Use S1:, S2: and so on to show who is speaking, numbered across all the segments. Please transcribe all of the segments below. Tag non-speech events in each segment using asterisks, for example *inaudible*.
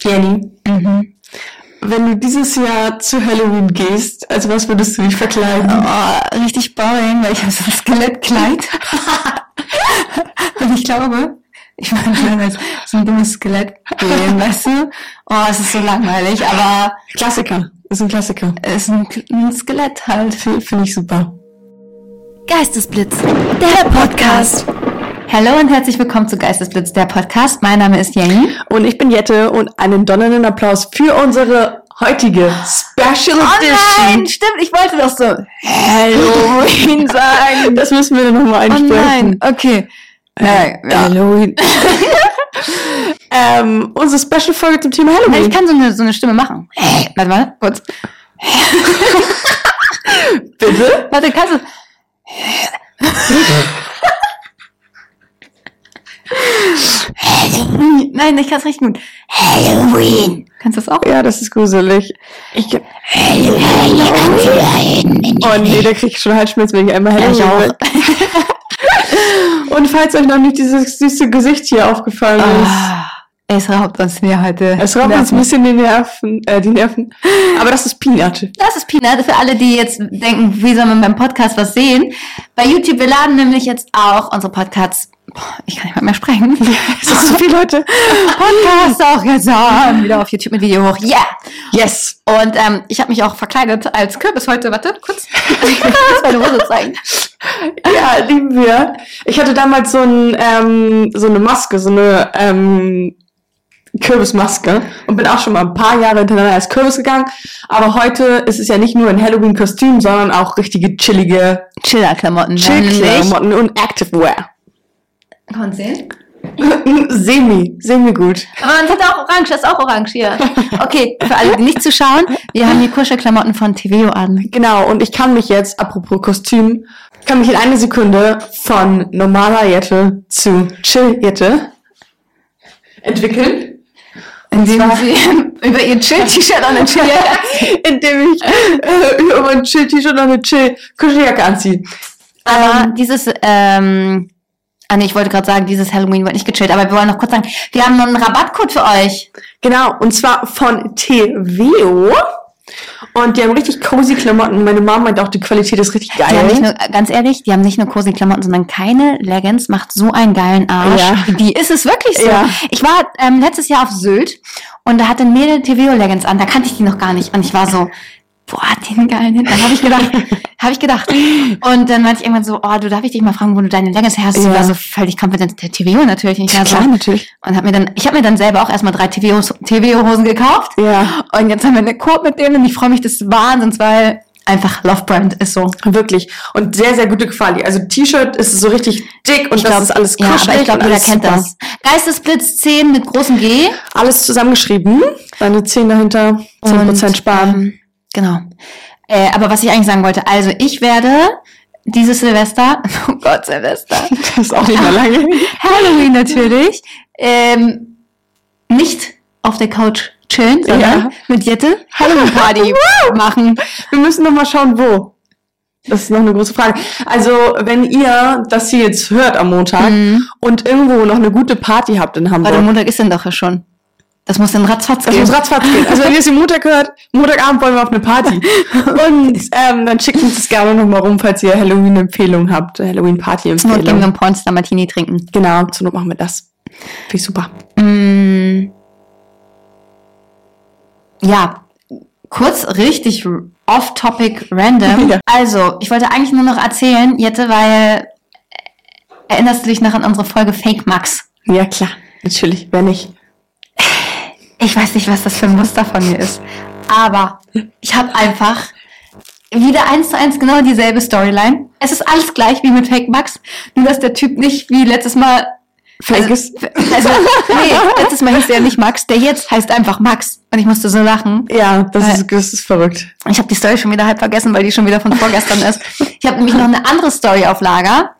S1: Jenny,
S2: Mhm.
S1: wenn du dieses Jahr zu Halloween gehst, also was würdest du dich verkleiden?
S2: Oh, richtig baumeln, weil ich habe so ein Skelettkleid. Und ich glaube, ich meine, ich meine, so ein dummes Skelett, weißt du? Oh, es ist so langweilig, aber
S1: Klassiker, ist ein Klassiker.
S2: es ist ein, ein Skelett halt.
S1: F- Finde ich super.
S3: Geistesblitz, der Podcast.
S2: Hallo und herzlich willkommen zu Geistesblitz, der Podcast. Mein Name ist Jenny.
S1: Und ich bin Jette und einen donnernden Applaus für unsere heutige Special Edition.
S2: Oh stimmt, ich wollte doch so Halloween
S1: *laughs*
S2: sagen.
S1: Das müssen wir dann nochmal
S2: Oh
S1: einsprechen.
S2: nein, okay. Naja,
S1: *laughs*
S2: ja.
S1: Halloween. ähm, unsere Special-Folge zum Thema Halloween.
S2: Ich kann so eine, so eine Stimme machen. Äh, Warte mal, kurz.
S1: bitte?
S2: Warte, kannst du... Halloween. Nein, ich kann es richtig gut. Halloween. Kannst du das auch?
S1: Ja, das ist gruselig. Ich, oh nee, da krieg ich schon Halsschmerzen, wenn ich einmal
S2: Ja, ich
S1: Halloween bin. Und falls euch noch nicht dieses süße Gesicht hier aufgefallen ist,
S2: Ah, es raubt uns mir heute.
S1: es raubt uns ein
S2: Nerven.
S1: bisschen die Nerven, äh, die Nerven. Aber das ist
S2: *laughs*
S1: Peanut.
S2: Das ist Peanut für alle, die jetzt denken, wie soll man beim Podcast was sehen. Bei YouTube, wir laden nämlich jetzt auch unsere Podcasts. Boah, ich kann nicht mehr sprechen.
S1: Es ist zu viel, Leute.
S2: Podcasts auch jetzt haben. Wieder auf YouTube mit Video hoch. Yeah!
S1: Yes.
S2: Und ähm, ich habe mich auch verkleidet als Kürbis heute. Warte, *laughs* kurz. Ich muss meine Hose zeigen.
S1: Ja, lieben wir. Ich hatte damals so, ein, ähm, so eine Maske, so eine ähm, Kürbismaske und bin auch schon mal ein paar Jahre hintereinander als Kürbis gegangen. Aber heute ist es ja nicht nur ein Halloween-Kostüm, sondern auch richtige chillige
S2: Chiller-Klamotten.
S1: Chill-Klamotten und Activewear. *laughs*
S2: Kann man sehen?
S1: Semi, semi gut.
S2: Aber man hat auch orange, das ist auch orange *laughs* hier. Okay, für alle, die nicht zuschauen, wir haben die Kuschelklamotten von TVO an.
S1: Genau, und ich kann mich jetzt, apropos Kostüm, kann mich in einer Sekunde von normaler Jette zu Chill-Jette entwickeln.
S2: *laughs* Indem sie *laughs* über ihr Chill-T-Shirt und ein Chill-Jacke
S1: indem ich äh, über mein Chill-T-Shirt noch eine Chill-Kuscheljacke anziehe.
S2: Aber dieses, ähm, ah nee, ich wollte gerade sagen, dieses Halloween wird nicht gechillt, aber wir wollen noch kurz sagen, wir haben noch einen Rabattcode für euch.
S1: Genau, und zwar von TVO. Und die haben richtig cozy Klamotten. Meine Mama meint auch, die Qualität ist richtig geil.
S2: Die haben nicht nur, ganz ehrlich, die haben nicht nur cozy Klamotten, sondern keine Leggings macht so einen geilen Arsch.
S1: Ja.
S2: wie Die ist es wirklich so.
S1: Ja.
S2: Ich war ähm, letztes Jahr auf Sylt und da hatte ein Mädel TVO Leggings an, da kannte ich die noch gar nicht und ich war so, boah, den geilen Hintern, habe
S1: *laughs*
S2: ich gedacht, habe ich gedacht. Und dann meinte ich irgendwann so, oh, du darf ich dich mal fragen, wo du deine Leggings her hast? Sie
S1: Ja.
S2: war so völlig kompetent, der TVO natürlich. Und ich war so,
S1: Klar, natürlich.
S2: Und hab mir dann, ich habe mir dann selber auch erstmal drei TVO-Hosen gekauft.
S1: Ja.
S2: Und jetzt haben wir eine Koop mit denen und ich freue mich des Wahnsinns, weil einfach Love Brand ist so.
S1: Wirklich. Und sehr, sehr gute Quali. Also T-Shirt ist so richtig dick und
S2: Ich
S1: das
S2: glaub,
S1: ist alles
S2: ja, aber ich
S1: kuschelig
S2: glaube,
S1: und
S2: jeder
S1: alles
S2: kennt
S1: super.
S2: das. Geistesblitz 10 mit großem G.
S1: Alles zusammengeschrieben. Deine 10 dahinter, 10%
S2: Und,
S1: sparen.
S2: ähm, genau. Äh, aber was ich eigentlich sagen wollte, also ich werde dieses Silvester, *laughs* oh Gott, Silvester,
S1: *laughs*
S2: *laughs*
S1: Das ist auch nicht mehr lange.
S2: Halloween natürlich, ähm, nicht auf der Couch chillen, sondern
S1: Ja.
S2: mit Jette Halloween
S1: *laughs*
S2: Party machen.
S1: Wir müssen noch mal schauen, wo. Das ist noch eine große Frage. Also, wenn ihr das hier jetzt hört am Montag
S2: Mhm.
S1: und irgendwo noch eine gute Party habt in
S2: Weil der
S1: Hamburg,
S2: Montag ist dann doch ja schon. Das muss dann ratzfatz
S1: das
S2: gehen.
S1: muss ratzfatz gehen. Also, wenn ihr es am Montag hört, Montagabend wollen wir auf eine
S2: *laughs*
S1: Party. Und ähm, dann schickt uns das gerne noch mal rum, falls ihr Halloween-Empfehlungen habt,
S2: Zur Not gehen wir
S1: Halloween-Party-Empfehlungen.
S2: einen Pornstar Martini trinken.
S1: Genau, zur Not machen wir das. Finde ich super.
S2: Mm. Ja, kurz richtig off-topic
S1: *laughs*
S2: random.
S1: Ja.
S2: Also, ich wollte eigentlich nur noch erzählen, Jette, weil äh, erinnerst du dich noch an unsere Folge Fake Max?
S1: Ja, klar. Natürlich, wenn nicht.
S2: Ich weiß nicht, was das für ein Muster von mir ist. Aber ich habe einfach wieder eins zu eins genau dieselbe Storyline. Es ist alles gleich wie mit Fake Max, nur dass der Typ nicht wie letztes Mal.
S1: Fake
S2: also,
S1: ist-
S2: Also, nee, letztes Mal hieß der nicht Max, der jetzt heißt einfach Max. Und ich musste so lachen.
S1: Ja, das
S2: Weil-
S1: ist, das ist verrückt.
S2: Ich habe die Story schon wieder halb vergessen, weil die schon wieder von vorgestern ist. Ich habe nämlich noch eine andere Story auf Lager.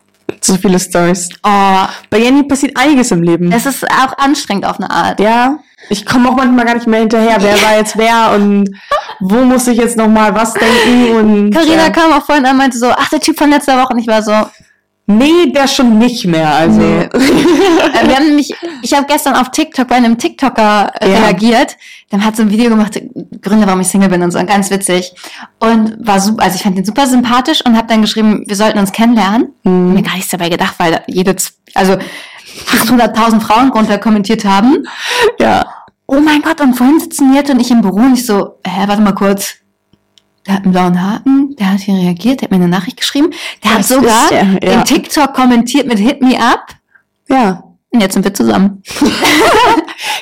S1: So viele Stories.
S2: Oh,
S1: Bei Jenny passiert einiges im Leben.
S2: es ist auch anstrengend auf eine Art.
S1: Ja, ich komme auch manchmal gar nicht mehr hinterher, wer war jetzt wer und wo muss ich jetzt nochmal was denken und
S2: Carina
S1: ja.
S2: kam auch vorhin an und meinte so, ach, der Typ von letzter Woche. Und ich war so,
S1: Nee, der schon nicht mehr, also.
S2: Nee. *laughs* Äh, wir haben nämlich, ich habe gestern auf TikTok bei einem TikToker äh,
S1: Ja.
S2: reagiert. Dann hat so ein Video gemacht, Gründe, warum ich Single bin und so, und ganz witzig. Und war super, also ich fand ihn super sympathisch und habe dann geschrieben, wir sollten uns kennenlernen.
S1: Mhm.
S2: Hab Mir gar nichts dabei gedacht, weil da jede, z- also 800.000 Frauen runter kommentiert haben.
S1: *laughs* Ja.
S2: Oh mein Gott, und vorhin sitzen Jette und ich im Büro und ich so, hä, warte mal kurz. Der hat einen blauen Haken, der hat hier reagiert, der hat mir eine Nachricht geschrieben. Der
S1: Das
S2: hat sogar
S1: ist der, ja.
S2: den TikTok kommentiert mit Hit Me Up.
S1: Ja.
S2: Und jetzt sind wir zusammen.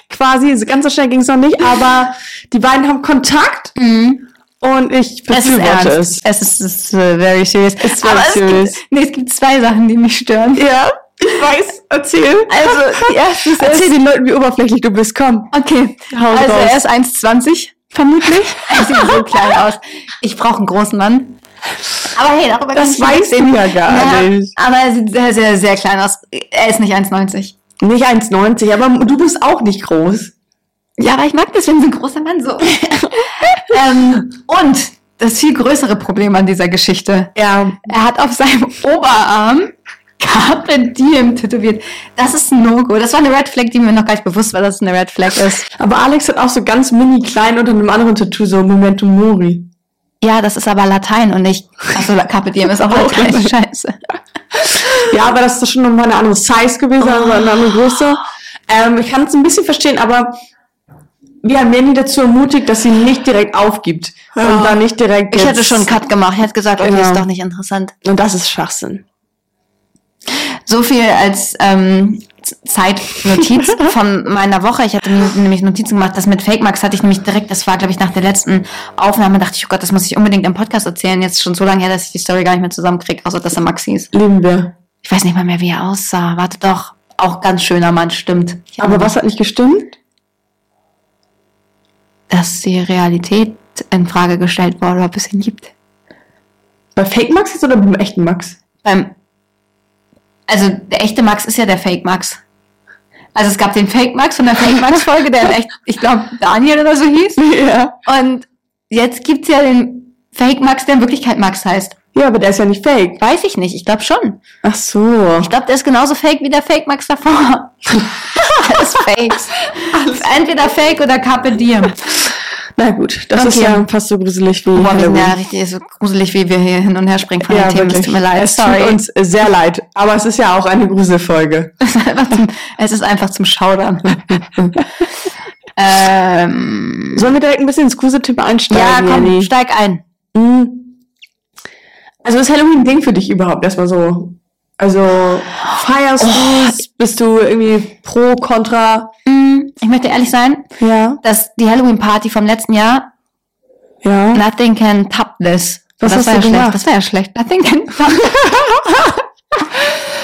S1: Quasi, so ganz so schnell ging es noch nicht, aber die beiden haben Kontakt und ich befürworte es.
S2: Es ist, es ist äh, very serious.
S1: Es ist very
S2: Aber
S1: serious.
S2: Es gibt, nee, es gibt zwei Sachen, die
S1: *laughs*
S2: mich stören.
S1: Ja, ich weiß, erzähl.
S2: Also, die erste ist-
S1: erzähl den Leuten, wie oberflächlich du bist, komm.
S2: *laughs* Okay.
S1: Hau
S2: also
S1: raus.
S2: er ist 1,20 vermutlich.
S1: *laughs*
S2: er sieht so klein aus. Ich brauche einen großen Mann. Aber hey, darüber kann
S1: Das
S2: ich nicht
S1: weißt
S2: reden.
S1: du ja gar nicht.
S2: Aber er sieht sehr, sehr, sehr klein aus. Er ist nicht 1,90.
S1: Nicht 1,90, aber du bist auch nicht groß.
S2: Ja, aber ich mag das, wenn so ein großer Mann so. *laughs* ähm, und das viel größere Problem an dieser Geschichte.
S1: Ja.
S2: Er hat auf seinem Oberarm Carpe Diem tätowiert. Das ist ein No-Go. Das war eine Red Flag, die mir noch gar nicht bewusst war, dass es eine Red Flag ist.
S1: Aber Alex hat auch so ganz mini klein unter einem anderen Tattoo so Memento Mori.
S2: Ja, das ist aber Latein und nicht. Achso, Carpe Diem *laughs* ist auch
S1: Auch
S2: Latein.
S1: Latein.
S2: Scheiße.
S1: Ja, aber das ist doch schon nochmal eine andere Size gewesen, also eine andere Größe. Ähm, ich kann es ein bisschen verstehen, aber wir haben Mandy dazu ermutigt, dass sie nicht direkt aufgibt. Und dann nicht direkt.
S2: Ich
S1: jetzt-
S2: hätte schon einen Cut gemacht. Ich hätte gesagt, okay,
S1: Genau.
S2: ist doch nicht interessant.
S1: Und das ist Schwachsinn.
S2: So viel als ähm, Z- Zeitnotiz von meiner Woche. Ich hatte mir nämlich Notizen gemacht, das mit Fake Max hatte ich nämlich direkt, das war, glaube ich, nach der letzten Aufnahme, dachte ich, oh Gott, das muss ich unbedingt im Podcast erzählen. Jetzt ist schon so lange her, dass ich die Story gar nicht mehr zusammenkriege, außer dass er Maxi ist.
S1: Lieben wir.
S2: Ich weiß nicht mal mehr, wie er aussah. Warte doch. Auch ganz schöner Mann, stimmt. Ich
S1: Aber
S2: hab-
S1: was hat nicht gestimmt?
S2: Dass die Realität in Frage gestellt wurde, ob es ihn gibt.
S1: Bei Fake Max jetzt oder beim echten Max?
S2: Beim, also, der echte Max ist ja der Fake Max. Also, es gab den Fake Max von der Fake Max-Folge, der in echt, ich glaube, Daniel oder so hieß.
S1: Ja.
S2: Und jetzt gibt's ja den Fake Max, der in Wirklichkeit Max heißt.
S1: Ja, aber der ist ja nicht fake.
S2: Weiß ich nicht, ich glaube schon.
S1: Ach so.
S2: Ich glaube, der ist genauso fake wie der Fake Max davor. *laughs* Alles Fakes. Entweder Fake oder Carpe Diem.
S1: Na gut, das ist
S2: Okay.
S1: ja fast so gruselig wie.
S2: Boah, wir sind ja
S1: Halloween.
S2: richtig so gruselig, wie wir hier hin und her springen von den
S1: ja,
S2: Themen. Es
S1: wirklich.
S2: tut mir leid.
S1: Es
S2: Sorry.
S1: tut uns sehr leid, aber es ist ja auch eine Gruselfolge.
S2: es, ist einfach zum, es ist einfach zum Schaudern.
S1: *laughs*
S2: ähm,
S1: Sollen wir direkt ein bisschen ins Gruselthema einsteigen?
S2: ja, komm,
S1: Jenny?
S2: steig ein.
S1: Mhm. Also ist Halloween ein Ding für dich überhaupt erstmal so? Also feierst du es? Bist du irgendwie pro, contra?
S2: Hm, Ich möchte ehrlich sein,
S1: Ja.
S2: dass die Halloween-Party vom letzten Jahr
S1: Ja.
S2: Nothing can top this.
S1: Was hast
S2: war
S1: du
S2: ja schlecht.
S1: gemacht?
S2: Das war ja schlecht. Nothing can
S1: *laughs*
S2: top *laughs* this.
S1: Ach,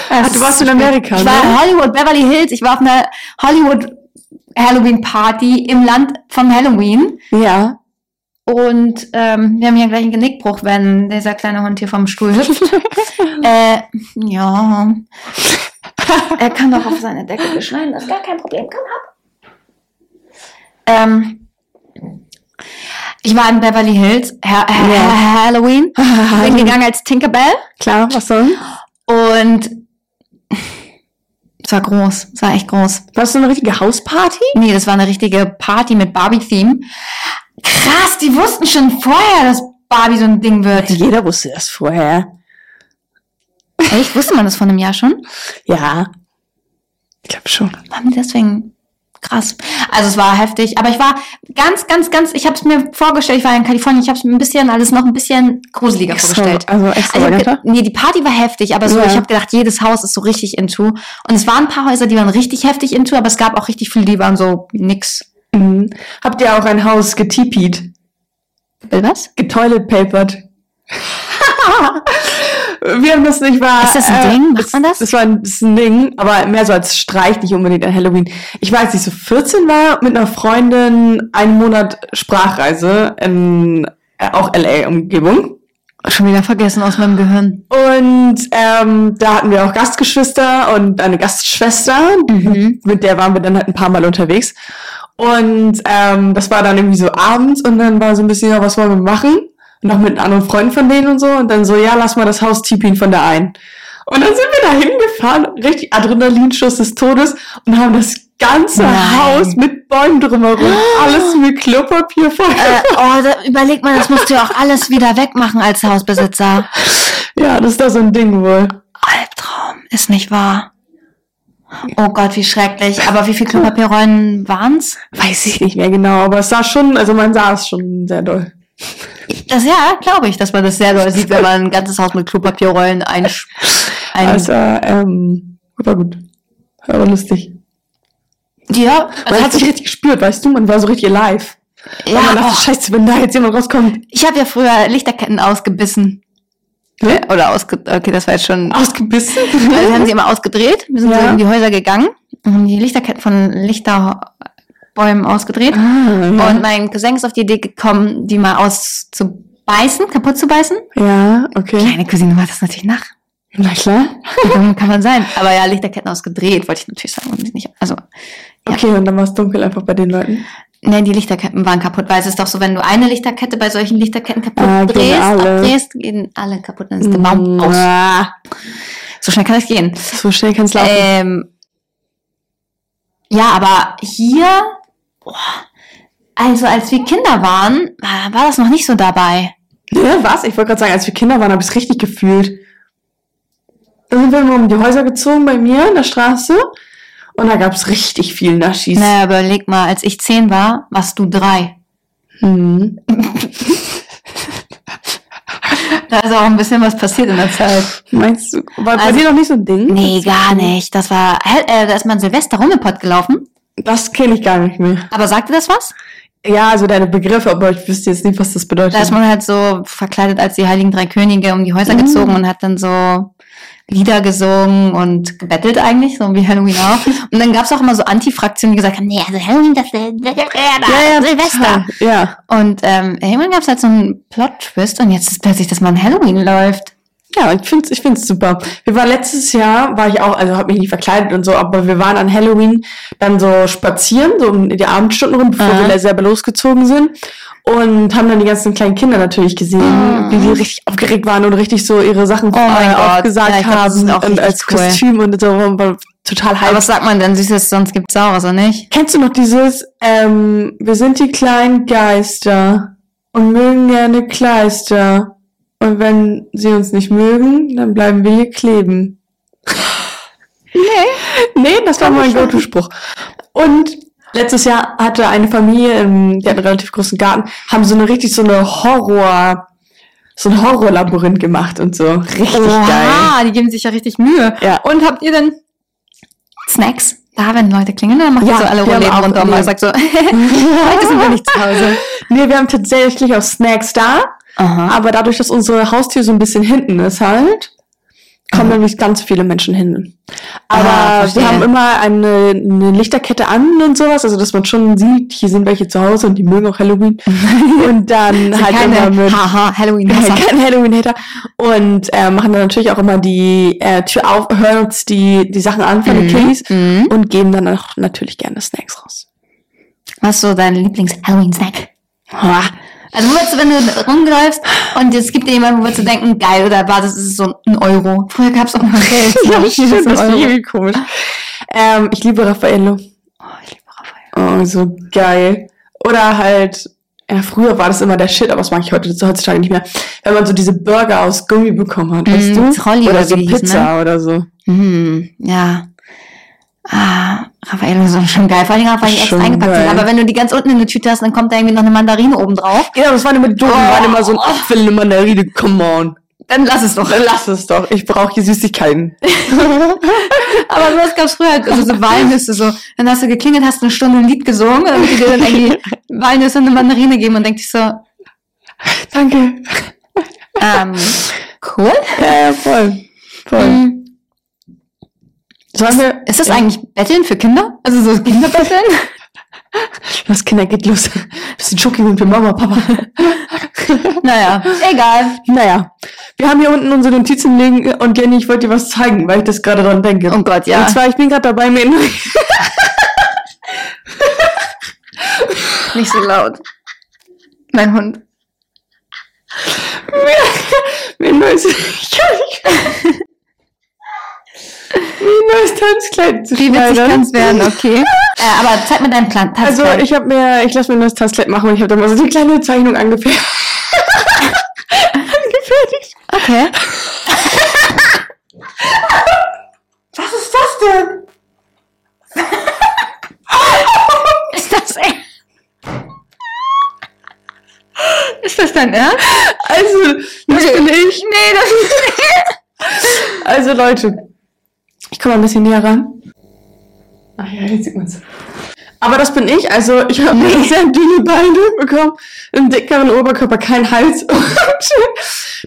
S1: Ah, du warst in Amerika,
S2: Ich war
S1: ne?
S2: in Hollywood, Beverly Hills. Ich war auf einer Hollywood Halloween Party im Land von Halloween.
S1: Ja.
S2: Und ähm, wir haben hier gleich einen Genickbruch, wenn dieser kleine Hund hier vom Stuhl hüpft. äh, ja. Er kann doch auf seine Decke beschneiden, das ist gar kein Problem. Komm ab. Ähm, ich war in Beverly Hills, ha ha
S1: Ja.
S2: Halloween. Bin gegangen als Tinkerbell
S1: Klar, was soll?
S2: und es war groß, es war echt groß.
S1: War es so eine richtige Hausparty?
S2: Nee, das war eine richtige Party mit Barbie-Theme. Krass, die wussten schon vorher, dass Barbie so ein Ding wird.
S1: Also Jeder wusste das vorher.
S2: Echt? Wusste man das vor einem Jahr schon?
S1: Ja. Ich glaube schon.
S2: Haben die deswegen krass. Also es war heftig, aber ich war ganz, ganz, ganz, ich habe es mir vorgestellt, ich war in Kalifornien, ich habe es mir ein bisschen, alles noch ein bisschen gruseliger vorgestellt.
S1: Also
S2: Also ich hab
S1: extravaganter?
S2: ge- nee, die Party war heftig, aber so,
S1: Ja.
S2: ich habe gedacht, jedes Haus ist so richtig into. Und es waren ein paar Häuser, die waren richtig heftig into, aber es gab auch richtig viele, die waren so nix.
S1: Mhm. Habt ihr auch ein Haus getipied?
S2: Will was?
S1: getoiletpapert. *laughs* Wir haben das nicht wahr.
S2: Ist das ein Ding? Macht
S1: es-
S2: man das?
S1: Das war ein, das ist ein Ding, aber mehr so als Streich, nicht unbedingt an Halloween. Ich weiß nicht, so 14 war mit einer Freundin einen Monat Sprachreise in äh, auch LA-Umgebung.
S2: Schon wieder vergessen aus meinem Gehirn.
S1: Und ähm, da hatten wir auch Gastgeschwister und eine Gastschwester,
S2: Mhm.
S1: mit der waren wir dann halt ein paar Mal unterwegs. Und ähm, das war dann irgendwie so abends und dann war so ein bisschen, ja, was wollen wir machen? Und auch mit einem anderen Freund von denen und so. Und dann so, ja, lass mal das Haus tipien von der ein. Und dann sind wir da hingefahren, richtig Adrenalinschuss des Todes und haben das ganze
S2: Nein.
S1: Haus mit Bäumen *gasps* drumherum, alles mit Klopapier voll.
S2: Äh, oh, da, überleg mal, das musst du ja auch alles wieder wegmachen als Hausbesitzer.
S1: Ja, das ist da so ein Ding wohl.
S2: Albtraum, ist nicht wahr. Oh Gott, wie schrecklich. Aber wie viele Klopapierrollen waren's?
S1: Weiß ich nicht mehr genau, aber es sah schon, also man sah es schon sehr doll.
S2: Das ja, glaube ich, dass man das sehr doll sieht, wenn man ein ganzes Haus mit Klopapierrollen ein, ein
S1: Also, ähm, war gut. War aber lustig.
S2: ja,
S1: Man
S2: also
S1: hat sich richtig gespürt, weißt du? Man war so richtig live. Ja, man dachte,
S2: ja, oh,
S1: scheiße, wenn da jetzt jemand rauskommt,
S2: ich habe ja früher Lichterketten ausgebissen
S1: ne?
S2: oder ausge okay, das war jetzt schon *laughs*
S1: ausgebissen.
S2: Also wir haben sie immer ausgedreht. Wir sind
S1: Ja.
S2: so in die Häuser gegangen und haben die Lichterketten von Lichterbäumen ausgedreht.
S1: ah,
S2: Und mein Cousin ist auf die Idee gekommen, die mal auszubeißen, kaputt zu beißen.
S1: Mhm. ja, okay. ne?
S2: Kleine Cousine macht das natürlich nach. *laughs*
S1: Na klar.
S2: Wie dumm kann man sein. Aber ja, Lichterketten ausgedreht, wollte ich natürlich sagen. Und nicht, also,
S1: Okay, und dann war es dunkel einfach bei den Leuten.
S2: ne, die Lichterketten waren kaputt, weil es ist doch so, wenn du eine Lichterkette bei solchen Lichterketten kaputt
S1: Ah, gehen
S2: drehst,
S1: alle.
S2: abdrehst, gehen alle kaputt, dann ist der Baum aus.
S1: Ah,
S2: So schnell kann das gehen.
S1: So schnell kann's laufen.
S2: Ähm, ja, aber hier, boah, also als wir Kinder waren, war war das noch nicht so dabei.
S1: Ja, ne, was? Ich wollte gerade sagen, als wir Kinder waren, habe ich es richtig gefühlt. Da sind wir immer um die Häuser gezogen bei mir in der Straße. Und da gab es richtig viel Naschis.
S2: Naja, überleg mal, als ich zehn war, warst du drei.
S1: Hm.
S2: Da ist auch ein bisschen was passiert in der Zeit.
S1: Meinst du, war bei
S2: Also-
S1: dir noch nicht so ein Ding?
S2: *laughs* Nee, gar nicht. Das war, hä, äh, da ist man Silvester rum im Pott gelaufen.
S1: Das kenne ich gar nicht mehr.
S2: Aber sagte das was?
S1: Ja, also deine Begriffe, aber ich wüsste jetzt nicht, was das bedeutet.
S2: Da ist man halt so verkleidet als die Heiligen Drei Könige um die Häuser
S1: Mhm.
S2: gezogen und hat dann so Lieder gesungen und gebettelt eigentlich, so wie Halloween auch. Und dann gab's auch immer so Antifraktionen, die gesagt haben, nee, also Halloween, das ist ja, Silvester.
S1: Ja.
S2: Und ähm, irgendwann gab's halt so einen Plot-Twist und jetzt ist plötzlich, dass man Halloween läuft.
S1: Ja, ich find's, ich find's super. Wir waren letztes Jahr, war ich auch, also hab mich nicht verkleidet und so, aber wir waren an Halloween dann so spazieren, so um die Abendstunden rum, bevor
S2: Ah.
S1: wir selber losgezogen sind. Und haben dann die ganzen kleinen Kinder natürlich gesehen,
S2: Ah.
S1: wie die richtig aufgeregt waren und richtig so ihre Sachen äh,
S2: Oh mein Gott.
S1: aufgesagt
S2: Ja, ich glaub, das
S1: haben
S2: ist auch
S1: und
S2: richtig
S1: als
S2: cool.
S1: Kostüm und so waren wir total
S2: Aber
S1: hyped.
S2: was sagt man denn? Süßes, sonst gibt's Saures, oder nicht?
S1: Kennst du noch dieses, ähm, wir sind die kleinen Geister und mögen gerne Kleister. Und wenn sie uns nicht mögen, dann bleiben wir hier kleben. nee. Nee, das war mein Go-To-Spruch. Und letztes Jahr hatte eine Familie, ähm, die hat einen relativ großen Garten, haben so eine richtig so eine Horror, so ein Horrorlabyrinth gemacht und so. Richtig geil.
S2: *laughs* Oha, die geben sich ja richtig Mühe.
S1: Ja.
S2: Und habt ihr denn Snacks? Da, wenn Leute klingeln, dann macht
S1: Ja,
S2: ihr so alle
S1: wir haben
S2: Rollläden
S1: auch
S2: runter und man
S1: Rollläden.
S2: sagt so, *laughs* heute sind wir nicht zu Hause.
S1: Nee, wir haben tatsächlich auch Snacks da.
S2: Aha.
S1: Aber dadurch, dass unsere Haustür so ein bisschen hinten ist halt, kommen nämlich ganz viele Menschen hin.
S2: Ah,
S1: Aber
S2: verstehe.
S1: wir haben immer eine, eine Lichterkette an und sowas, also dass man schon sieht, hier sind welche zu Hause und die mögen auch Halloween. und dann
S2: Sind
S1: halt immer mit *laughs*
S2: haha, Halloween.
S1: ja, kein Halloween-Hater. Und äh, machen dann natürlich auch immer die äh, Tür auf, hören uns die, die Sachen an von den Kiddies
S2: Mhm.
S1: und geben dann auch natürlich gerne Snacks raus.
S2: Was ist so dein Lieblings-Halloween-Snack? Also, wo würdest du, wenn du rumläufst und es gibt dir jemanden, wo würdest du denken, geil, oder war das ist so ein Euro? Früher gab's auch mal Geld.
S1: *laughs* Ja,
S2: Hier ist
S1: stimmt,
S2: ein
S1: das ist
S2: Euro.
S1: irgendwie komisch. Ähm, ich liebe Raffaello.
S2: Oh, ich liebe Raphael.
S1: Oh, so geil. Oder halt, ja, früher war das immer der Shit, aber das mag ich heute heutzutage nicht mehr. Wenn man so diese Burger aus Gummi bekommen hat, weißt du?
S2: Mhm, Trolli oder
S1: oder so
S2: wie die ne? hieß,
S1: Pizza oder so.
S2: Hm, ja. Ah, Raffaello ist schon geil. Vor allem, weil die extra
S1: Schon
S2: eingepackt sind.
S1: geil.
S2: Aber wenn du die ganz unten in der Tüte hast, dann kommt da irgendwie noch eine Mandarine oben drauf.
S1: Genau, das waren immer die Dosen,
S2: Oh.
S1: waren immer so ein Apfel, eine Mandarine, come on.
S2: Dann lass es doch.
S1: Dann lass es doch, ich brauche hier
S2: *laughs*
S1: Süßigkeiten.
S2: Aber sowas gab's früher, also so Walnüsse, so. Dann hast du geklingelt, hast eine Stunde ein Lied gesungen, damit die dir
S1: *laughs*
S2: dann irgendwie Walnüsse und eine Mandarine geben und denkst dich so,
S1: Danke.
S2: ähm, cool.
S1: Ja, ja, voll. Voll.
S2: Hm,
S1: Sollen wir,
S2: Ist das eigentlich Betteln für Kinder? Also so Kinderbetteln?
S1: *laughs* was Kinder geht los? Bisschen Schoki und für Mama,
S2: *laughs*
S1: Papa.
S2: naja, egal.
S1: Naja, wir haben hier unten unsere Notizen liegen und Jenny, ich wollte dir was zeigen, weil ich das gerade dran denke.
S2: Oh Gott, ja.
S1: Und zwar, ich bin gerade dabei, mir in *laughs*
S2: Nicht so laut. Mein Hund.
S1: *laughs* mir, mir ein neues. Ich kann nicht. ein neues Tanzkleid zu
S2: Wie witzig
S1: schneidern.
S2: kann es werden, okay.
S1: *laughs*
S2: Äh, aber zeig mir deinen Plan.
S1: Also
S2: Tanzplan.
S1: ich habe mir, ich lasse mir ein neues Tanzkleid machen und ich habe da mal so eine kleine Zeichnung angefertigt. angefertigt.
S2: okay. *laughs*
S1: Was ist das denn?
S2: Ist das echt? Ist das dein Ernst?
S1: Also, das bin ich.
S2: Nee, das ist
S1: Also Leute, ich komme ein bisschen näher ran. Ach ja, jetzt sieht man's. Aber das bin ich, also ich habe *laughs* sehr dünne Beine bekommen, einen dickeren Oberkörper, keinen Hals. *laughs* Und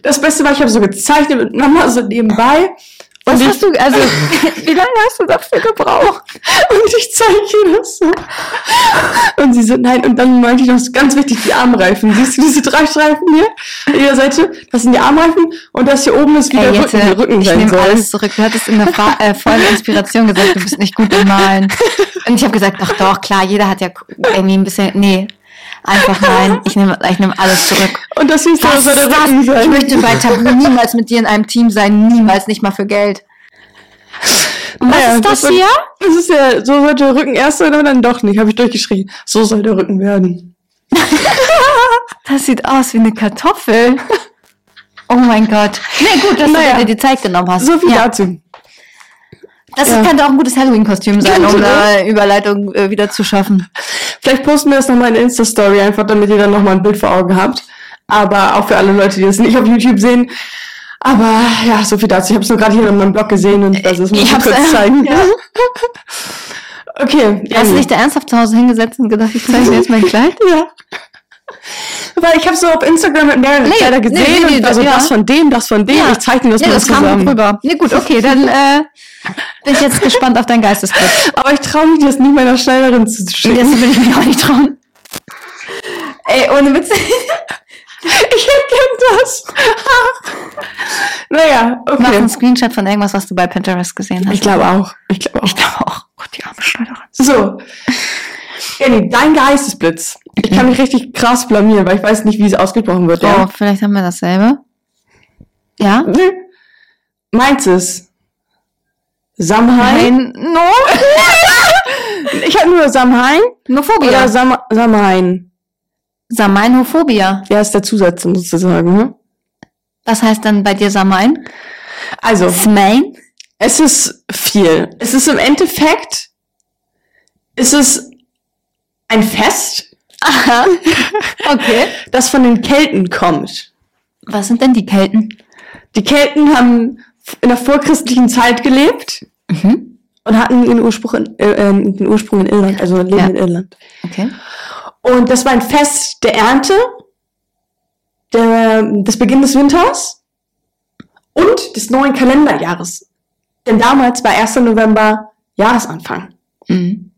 S1: das Beste war, ich habe so gezeichnet mit Mama so nebenbei. Und
S2: Was
S1: ich,
S2: hast du, also, wie lange hast du dafür gebraucht?
S1: und ich zeichne das so. Und sie so, nein, und dann meinte ich noch, so ganz wichtig, die Armreifen. Siehst du diese drei Streifen hier? An jeder Seite, das sind die Armreifen und das hier oben ist wieder
S2: Ey,
S1: Rücken, der Rücken
S2: ich
S1: sein
S2: nehme
S1: soll.
S2: alles zurück. Du hattest in der Fra äh, vollen Inspiration gesagt, du bist nicht gut im Malen. Und ich habe gesagt, doch, doch, klar, jeder hat ja irgendwie ein bisschen, nee, einfach nein. Ich nehme ich nehme alles zurück.
S1: Und das hier ist dann
S2: Was,
S1: so der
S2: was?
S1: Rücken
S2: Ich
S1: sein.
S2: möchte bei Tabu niemals mit dir in einem Team sein, niemals, nicht mal für Geld. Und was
S1: Naja,
S2: ist das
S1: wird-
S2: hier?
S1: Das ist ja, so sollte der Rücken erst sein, aber dann doch nicht. Habe ich durchgeschrien. So soll der Rücken werden.
S2: Das sieht aus wie eine Kartoffel. Oh mein Gott. Nee, gut, dass
S1: Naja.
S2: du dir die Zeit genommen hast.
S1: So viel
S2: ja.
S1: dazu.
S2: Das
S1: Ja.
S2: könnte auch ein gutes Halloween-Kostüm sein, um
S1: Könnte,
S2: eine Überleitung äh, wieder zu schaffen.
S1: Vielleicht posten wir das nochmal in der Insta-Story einfach, damit ihr dann nochmal ein Bild vor Augen habt. Aber auch für alle Leute, die das nicht auf YouTube sehen. Aber ja, so viel dazu. Ich habe es nur gerade hier in meinem Blog gesehen und das ist muss ich
S2: hab's,
S1: kurz
S2: äh,
S1: zeigen.
S2: ja.
S1: *laughs* okay. Ja,
S2: Hast du
S1: gut.
S2: dich da ernsthaft zu Hause hingesetzt und gedacht, ich zeige dir jetzt mein Kleid?
S1: Ja. *laughs* Weil ich habe so auf Instagram mit mehreren
S2: Nee,
S1: Kleider
S2: nee,
S1: gesehen
S2: nee, nee,
S1: und also
S2: ja.
S1: das von dem, das von dem. Ich zeichne das
S2: ja,
S1: mal
S2: das
S1: zusammen.
S2: kam gut rüber. Nee, gut, okay, dann äh, *laughs* bin ich jetzt gespannt auf dein Geistesblitz.
S1: Aber ich traue mich, das nie meiner Schneiderin zu schicken.
S2: Jetzt will ich mich auch nicht trauen. Ey, ohne Witz.
S1: *laughs* Ich erkenne das. naja,
S2: Mach
S1: okay.
S2: *laughs* einen Screenshot von irgendwas, was du bei Pinterest gesehen hast.
S1: Ich glaube auch. Ich glaube auch.
S2: glaube auch. Gott, die arme Schneiderin.
S1: So. Jenny, dein Geistesblitz. Ich kann mich richtig krass blamieren, weil ich weiß nicht, wie es ausgesprochen wird.
S2: Oh,
S1: Ja?
S2: vielleicht haben wir dasselbe. Ja?
S1: Nee. Meins ist Samhain.
S2: no.
S1: Ich habe nur Samhain
S2: Nophobia.
S1: oder Sam Samhain.
S2: Samainophobia.
S1: Ja, ist der Zusatz sozusagen. Ne?
S2: Was heißt dann bei dir Samain?
S1: Also,
S2: Smain?
S1: Es ist viel. Es ist im Endeffekt, es ist ein Fest,
S2: Aha. Okay.
S1: das von den Kelten kommt.
S2: Was sind denn die Kelten?
S1: Die Kelten haben in der vorchristlichen Zeit gelebt
S2: Mhm.
S1: und hatten ihren Ursprung in, äh, äh, den Ursprung in Irland, also leben
S2: Ja.
S1: in Irland.
S2: Okay.
S1: Und das war ein Fest der Ernte, der, des Beginn des Winters und des neuen Kalenderjahres. Denn damals war 1. November Jahresanfang.
S2: Mhm.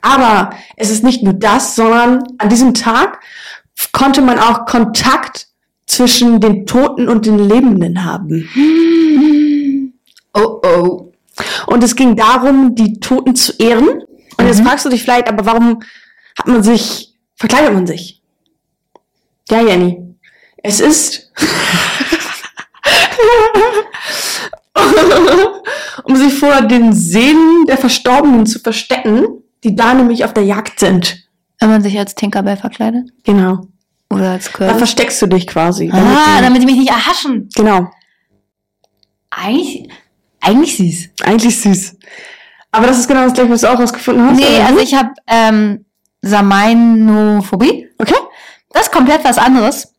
S1: Aber es ist nicht nur das, sondern an diesem Tag f- konnte man auch Kontakt zwischen den Toten und den Lebenden haben.
S2: Oh oh.
S1: Und es ging darum, die Toten zu ehren. Und jetzt fragst du dich vielleicht, aber warum hat man sich, verkleidet man sich? Ja, Jenny. Es ist, *laughs* um sich vor den Seelen der Verstorbenen zu verstecken, die da nämlich auf der Jagd sind.
S2: Wenn man sich als Tinkerbell verkleidet?
S1: Genau.
S2: Oder als
S1: Da
S2: Curly?
S1: versteckst du dich quasi. damit
S2: Äh, Ah,
S1: du-
S2: damit die mich nicht erhaschen.
S1: genau.
S2: Eigentlich, eigentlich süß.
S1: Eigentlich süß. Aber das ist genau das gleiche, was du auch rausgefunden hast.
S2: Nee,
S1: oder?
S2: also ich habe ähm, Samainophobie.
S1: Okay.
S2: Das ist komplett was anderes.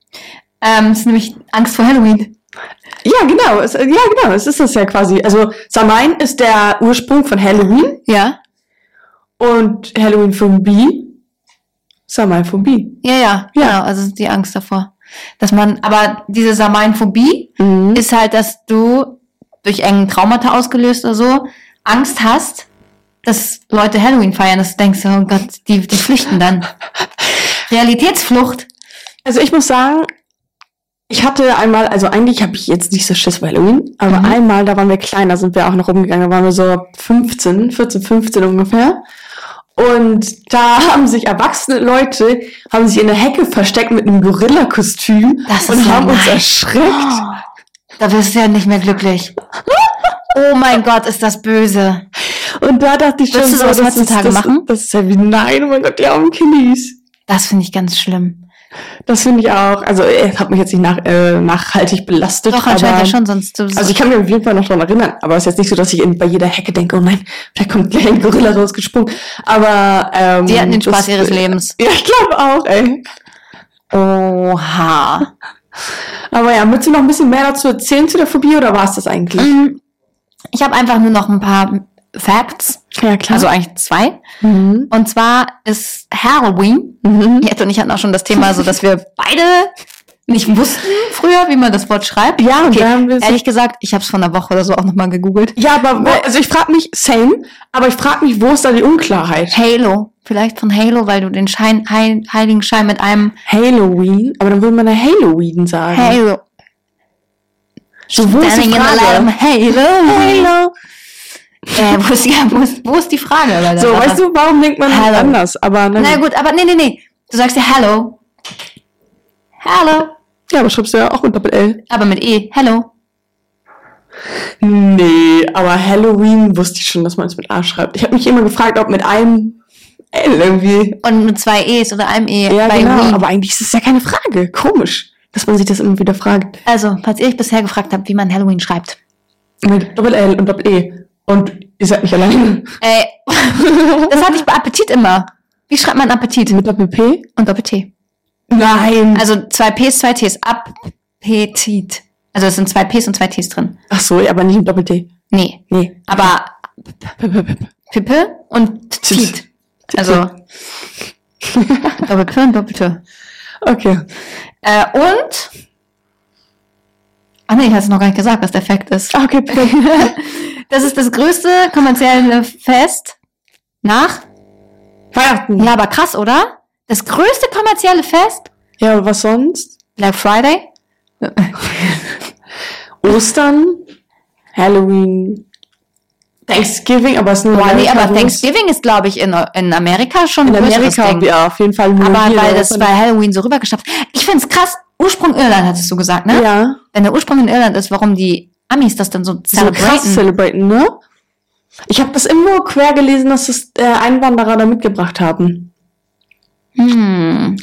S2: Ähm, das ist nämlich Angst vor Halloween.
S1: Ja, genau. Es, ja, genau. Es ist das ja quasi. Also Samhain ist der Ursprung von Halloween
S2: Ja.
S1: und Halloween von B. Samhain von B.
S2: Ja, ja,
S1: Ja.
S2: genau. Also die Angst davor. Dass man, aber diese Samainphobie
S1: Mhm.
S2: ist halt, dass du durch engen Traumata ausgelöst oder so Angst hast, dass Leute Halloween feiern, dass du denkst, oh Gott, die, die
S1: *laughs*
S2: flüchten dann. Realitätsflucht.
S1: Also ich muss sagen, ich hatte einmal, also eigentlich habe ich jetzt nicht so Schiss vor Halloween, aber
S2: Mhm.
S1: einmal, da waren wir kleiner, sind wir auch noch rumgegangen, da waren wir so 15, 14, 15 ungefähr. Und da *laughs* haben sich erwachsene Leute, haben sich in der Hecke versteckt mit einem Gorilla-Kostüm
S2: Das ist
S1: und
S2: ja
S1: haben uns
S2: nice.
S1: erschreckt.
S2: Da wirst du ja nicht mehr glücklich. Oh mein Gott, ist das böse.
S1: Und da dachte ich schon,
S2: Oh. Würdest du sowas heutzutage
S1: das,
S2: machen?
S1: Das ist ja wie, nein, oh mein Gott, die armen Kiddies.
S2: Das finde ich ganz schlimm.
S1: Das finde ich auch. Also, es hat mich jetzt nicht nach, äh, nachhaltig belastet.
S2: Doch, anscheinend
S1: aber,
S2: ja schon, sonst. so-
S1: Also, ich kann mich auf jeden Fall noch daran erinnern. Aber es ist jetzt nicht so, dass ich in, bei jeder Hecke denke, oh nein, vielleicht kommt gleich ein Gorilla rausgesprungen. Aber, ähm,
S2: die hatten den
S1: das-
S2: Spaß ihres Lebens.
S1: *laughs* Ja, ich glaube auch, ey.
S2: Oha.
S1: Aber ja, willst du noch ein bisschen mehr dazu erzählen zu der Phobie oder war es das eigentlich?
S2: Mm, Ich habe einfach nur noch ein paar Facts.
S1: Ja, klar.
S2: Also eigentlich zwei.
S1: mhm.
S2: Und zwar ist Halloween.
S1: Mhm.
S2: Jette und ich hatten auch schon das Thema, so dass wir beide nicht wussten früher, wie man das Wort schreibt.
S1: Ja, und da haben wir so-
S2: Ehrlich gesagt, ich habe es vor einer Woche oder so auch nochmal gegoogelt.
S1: Ja, aber, wo, also ich frage mich, same, aber ich frage mich, wo ist da die Unklarheit?
S2: Halo. Vielleicht von Halo, weil du den Schein, heil, heiligen Schein mit einem
S1: Halloween? Aber dann würde man ja Halloween sagen.
S2: Halo.
S1: so, wo ist die
S2: Standing in the light
S1: Frage?
S2: of Halo.
S1: Halo.
S2: Äh, wo, ist, ja, wo, ist, wo ist die Frage? bei der
S1: So,
S2: Sache?
S1: weißt du, warum denkt man
S2: Hallo.
S1: anders? Aber ne,
S2: Na gut, aber nee, nee, nee. Du sagst ja Hello. Hello.
S1: ja, aber schreibst du ja auch mit Doppel-L.
S2: Aber mit E. Hello.
S1: Nee, aber Halloween wusste ich schon, dass man es mit A schreibt. Ich habe mich immer gefragt, ob mit einem L irgendwie.
S2: Und mit zwei E's oder einem E.
S1: Ja,
S2: bei
S1: genau,
S2: Wien.
S1: aber eigentlich ist es ja keine Frage. Komisch, dass man sich das immer wieder fragt.
S2: Also, falls ihr euch bisher gefragt habt, wie man Halloween schreibt.
S1: Mit Doppel-L und Doppel-E. Und ihr seid nicht
S2: *laughs*
S1: alleine.
S2: Ey, das hatte ich bei Appetit immer. Wie schreibt man Appetit?
S1: Mit Doppel-P?
S2: Und Doppel-T.
S1: Nein.
S2: Also zwei P's, zwei T's. Appetit. Also es sind zwei P's und zwei T's drin.
S1: Ach so, ja, aber nicht mit Doppel-T.
S2: Nee.
S1: Nee.
S2: Aber Pippe und Tit. Also Doppel-P und Doppel-T.
S1: Okay.
S2: Äh, und. Ah nee, ich hast es noch gar nicht gesagt, was der Fakt ist.
S1: Ah, Okay,
S2: *laughs*
S1: perfekt.
S2: Das ist das größte kommerzielle Fest nach.
S1: Weihnachten.
S2: Ja, aber krass, oder? Das größte kommerzielle Fest?
S1: Ja, aber was sonst?
S2: Black Friday?
S1: Ostern, Halloween, Thanksgiving, aber es ist nur ne?
S2: Boah, nee, aber
S1: Amerika-Groß.
S2: Thanksgiving ist, glaube ich, in, in Amerika schon
S1: In
S2: ein größeres
S1: Amerika,
S2: Ding.
S1: ja, auf jeden Fall. nur
S2: Aber
S1: hier
S2: weil
S1: in
S2: das bei
S1: Europa
S2: Halloween so rübergeschafft Ich find's krass. Ursprung Irland, hattest du gesagt,
S1: nicht.
S2: ne?
S1: Ja,
S2: Wenn der Ursprung in Irland ist, warum die Amis das dann so
S1: so krass
S2: celebraten?
S1: celebraten, ne? Ich habe das irgendwo quer gelesen, dass das äh, Einwanderer da mitgebracht haben.
S2: hm.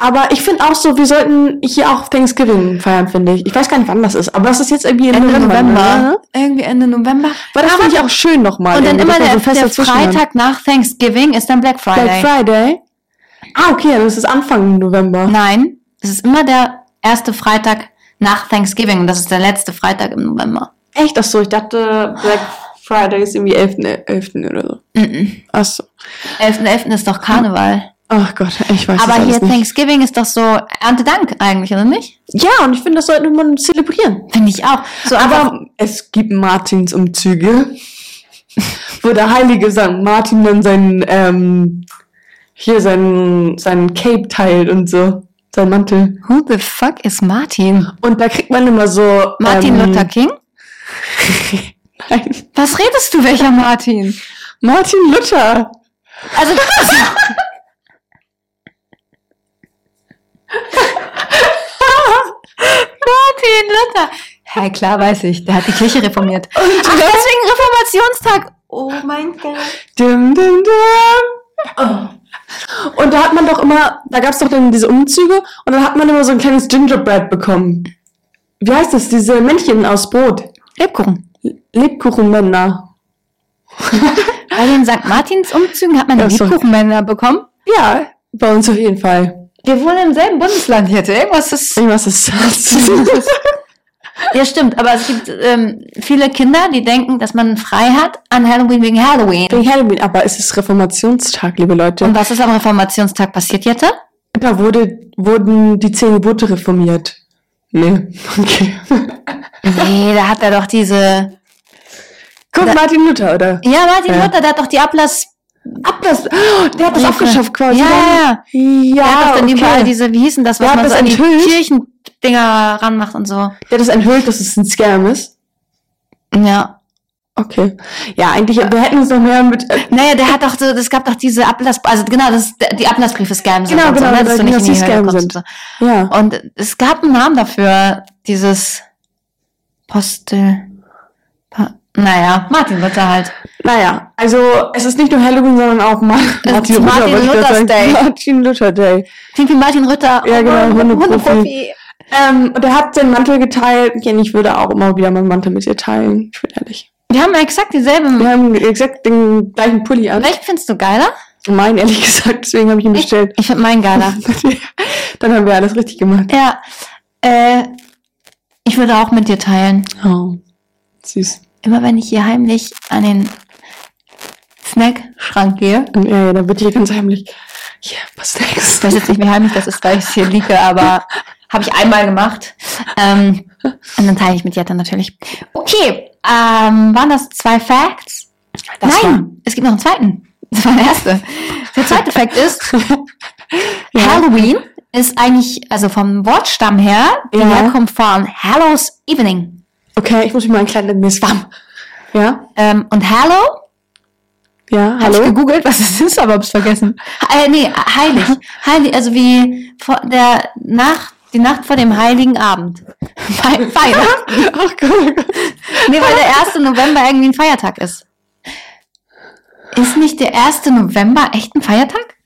S1: Aber ich finde auch so, wir sollten hier auch Thanksgiving feiern, finde ich. Ich weiß gar nicht, wann das ist, aber das ist jetzt irgendwie im
S2: Ende November.
S1: ne?
S2: Irgendwie Ende November.
S1: Weil das finde ich auch schön nochmal.
S2: Und dann immer
S1: irgendwie, dass man so
S2: der,
S1: fest
S2: der
S1: dazwischen hat.
S2: Freitag nach Thanksgiving ist dann Black Friday.
S1: Black Friday. Ah, okay, dann ist es Anfang November.
S2: Nein, es ist immer der erste Freitag nach Thanksgiving und das ist der letzte Freitag im November.
S1: Echt? Ach so, ich dachte Black Friday ist irgendwie 11. 11. oder so.
S2: Mhm.
S1: Ach so.
S2: 11.11. ist doch Karneval.
S1: Ach Gott, ich weiß das
S2: Aber
S1: alles
S2: hier
S1: nicht.
S2: Thanksgiving ist doch so Erntedank eigentlich, oder nicht?
S1: Ja, und ich finde, das sollte man zelebrieren.
S2: Finde ich auch. So einfach,
S1: Aber es gibt Martinsumzüge, wo der heilige St. Martin dann seinen, ähm, hier seinen, seinen Cape teilt und so, sein Mantel.
S2: who the fuck is Martin?
S1: Und da kriegt man immer so...
S2: Martin
S1: ähm, *laughs*
S2: Luther King?
S1: Nein,
S2: Was redest du, welcher Martin?
S1: Martin Luther.
S2: Also, Martin Luther. Ja, klar weiß ich. Der hat die Kirche reformiert. Ach, deswegen Reformationstag. Oh mein Gott.
S1: Dim, dim, dim. Und da hat man doch immer, da gab's doch dann diese Umzüge und dann hat man immer so ein kleines Gingerbread bekommen. Wie heißt das? Diese Männchen aus Brot.
S2: Lebkuchen.
S1: Lebkuchenmänner.
S2: Bei den St. Martins Umzügen hat man
S1: Ja,
S2: die
S1: sorry.
S2: Lebkuchenmänner bekommen.
S1: Ja, bei uns auf jeden Fall.
S2: Wir wohnen im selben Bundesland hier. Also Irgendwas ist...
S1: Irgendwas ist das. *laughs*
S2: Ja, stimmt. Aber es gibt ähm, viele Kinder, die denken, dass man frei hat an Halloween wegen Halloween.
S1: Wegen Halloween, aber es ist Reformationstag, liebe Leute.
S2: Und was ist am Reformationstag passiert, Jette?
S1: Da wurde, wurden die zehn Gebote reformiert. Nee, okay.
S2: Nee, da hat er doch diese...
S1: Guck, Martin Luther, oder?
S2: Ja, Martin
S1: Ja.
S2: Luther, der hat doch die Ablass. Ablass.
S1: Der hat das
S2: Ja,
S1: abgeschafft quasi.
S2: Ja, ja,
S1: Oh, Ja, ja.
S2: Der hat doch dann überall diese, wie hieß denn das, was
S1: Der hat
S2: man so
S1: das
S2: an die
S1: enthüllt.
S2: Kirchendinger ranmacht und so.
S1: Der hat das enthüllt, dass es ein Scam ist.
S2: Ja.
S1: Okay. Ja, eigentlich, wir hätten uns noch mehr mit. Äh,
S2: Naja, der hat doch so, es gab doch diese Ablass, also genau, das, die Ablassbriefe Scam sind.
S1: Genau,
S2: und so,
S1: genau,
S2: ne, dass
S1: genau,
S2: du nicht in
S1: dass
S2: die
S1: die
S2: Hölle
S1: Scam
S2: kommst
S1: sind.
S2: Und,
S1: ja.
S2: so. und es gab einen Namen dafür, dieses Postel. Pa- Naja, Martin Luther halt.
S1: Naja, also es ist nicht nur Halloween, sondern auch Ma Martin,
S2: ist Martin
S1: wollte ich gerade
S2: Luther's
S1: sagen.
S2: Day.
S1: Martin Luther Day.
S2: Klingt wie Martin Rütter.
S1: Ja, genau,
S2: Mann,
S1: Hundeprofi.
S2: Hundeprofi.
S1: Ähm, und er hat den Mantel geteilt. Jen, ich würde auch immer wieder meinen Mantel mit ihr teilen. Ich bin ehrlich.
S2: Wir haben ja exakt dieselben.
S1: Wir haben exakt den gleichen Pulli an.
S2: Welchen findest du geiler?
S1: Meinen, ehrlich gesagt, deswegen habe ich ihn bestellt.
S2: Ich finde meinen geiler.
S1: *laughs* Dann haben wir alles richtig gemacht.
S2: ja. Äh, ich würde auch mit dir teilen.
S1: Oh. Süß.
S2: Immer wenn ich hier heimlich an den Snackschrank gehe.
S1: Und, ja, ja, dann wird hier ganz heimlich. Hier, was denkst
S2: Das ist jetzt nicht mehr heimlich, das ist, weil ich es hier liege,
S1: *laughs*
S2: aber habe ich einmal gemacht. Ähm, und dann teile ich mit Jetta natürlich. Okay, ähm, waren das zwei Facts?
S1: Das
S2: Nein,
S1: war-
S2: es gibt noch einen zweiten. Das war der erste.
S1: *laughs*
S2: Der zweite Fact ist,
S1: Ja.
S2: Halloween ist eigentlich, also vom Wortstamm her, die
S1: Ja.
S2: herkommt von Hallows Evening.
S1: Okay, ich muss mich mal einkleiden, mir ist warm. Ja?
S2: Ähm, und Hallow,
S1: Ja,
S2: habe ich
S1: hallo?
S2: gegoogelt, was es ist, aber hab's vergessen. Äh, nee, heilig. heilig, also wie vor der Nacht, die Nacht vor dem heiligen Abend. *laughs* Fe- Feiertag.
S1: *laughs* Ach Gott,
S2: nee, weil der 1. November irgendwie ein Feiertag ist. Ist nicht der 1. November echt ein Feiertag?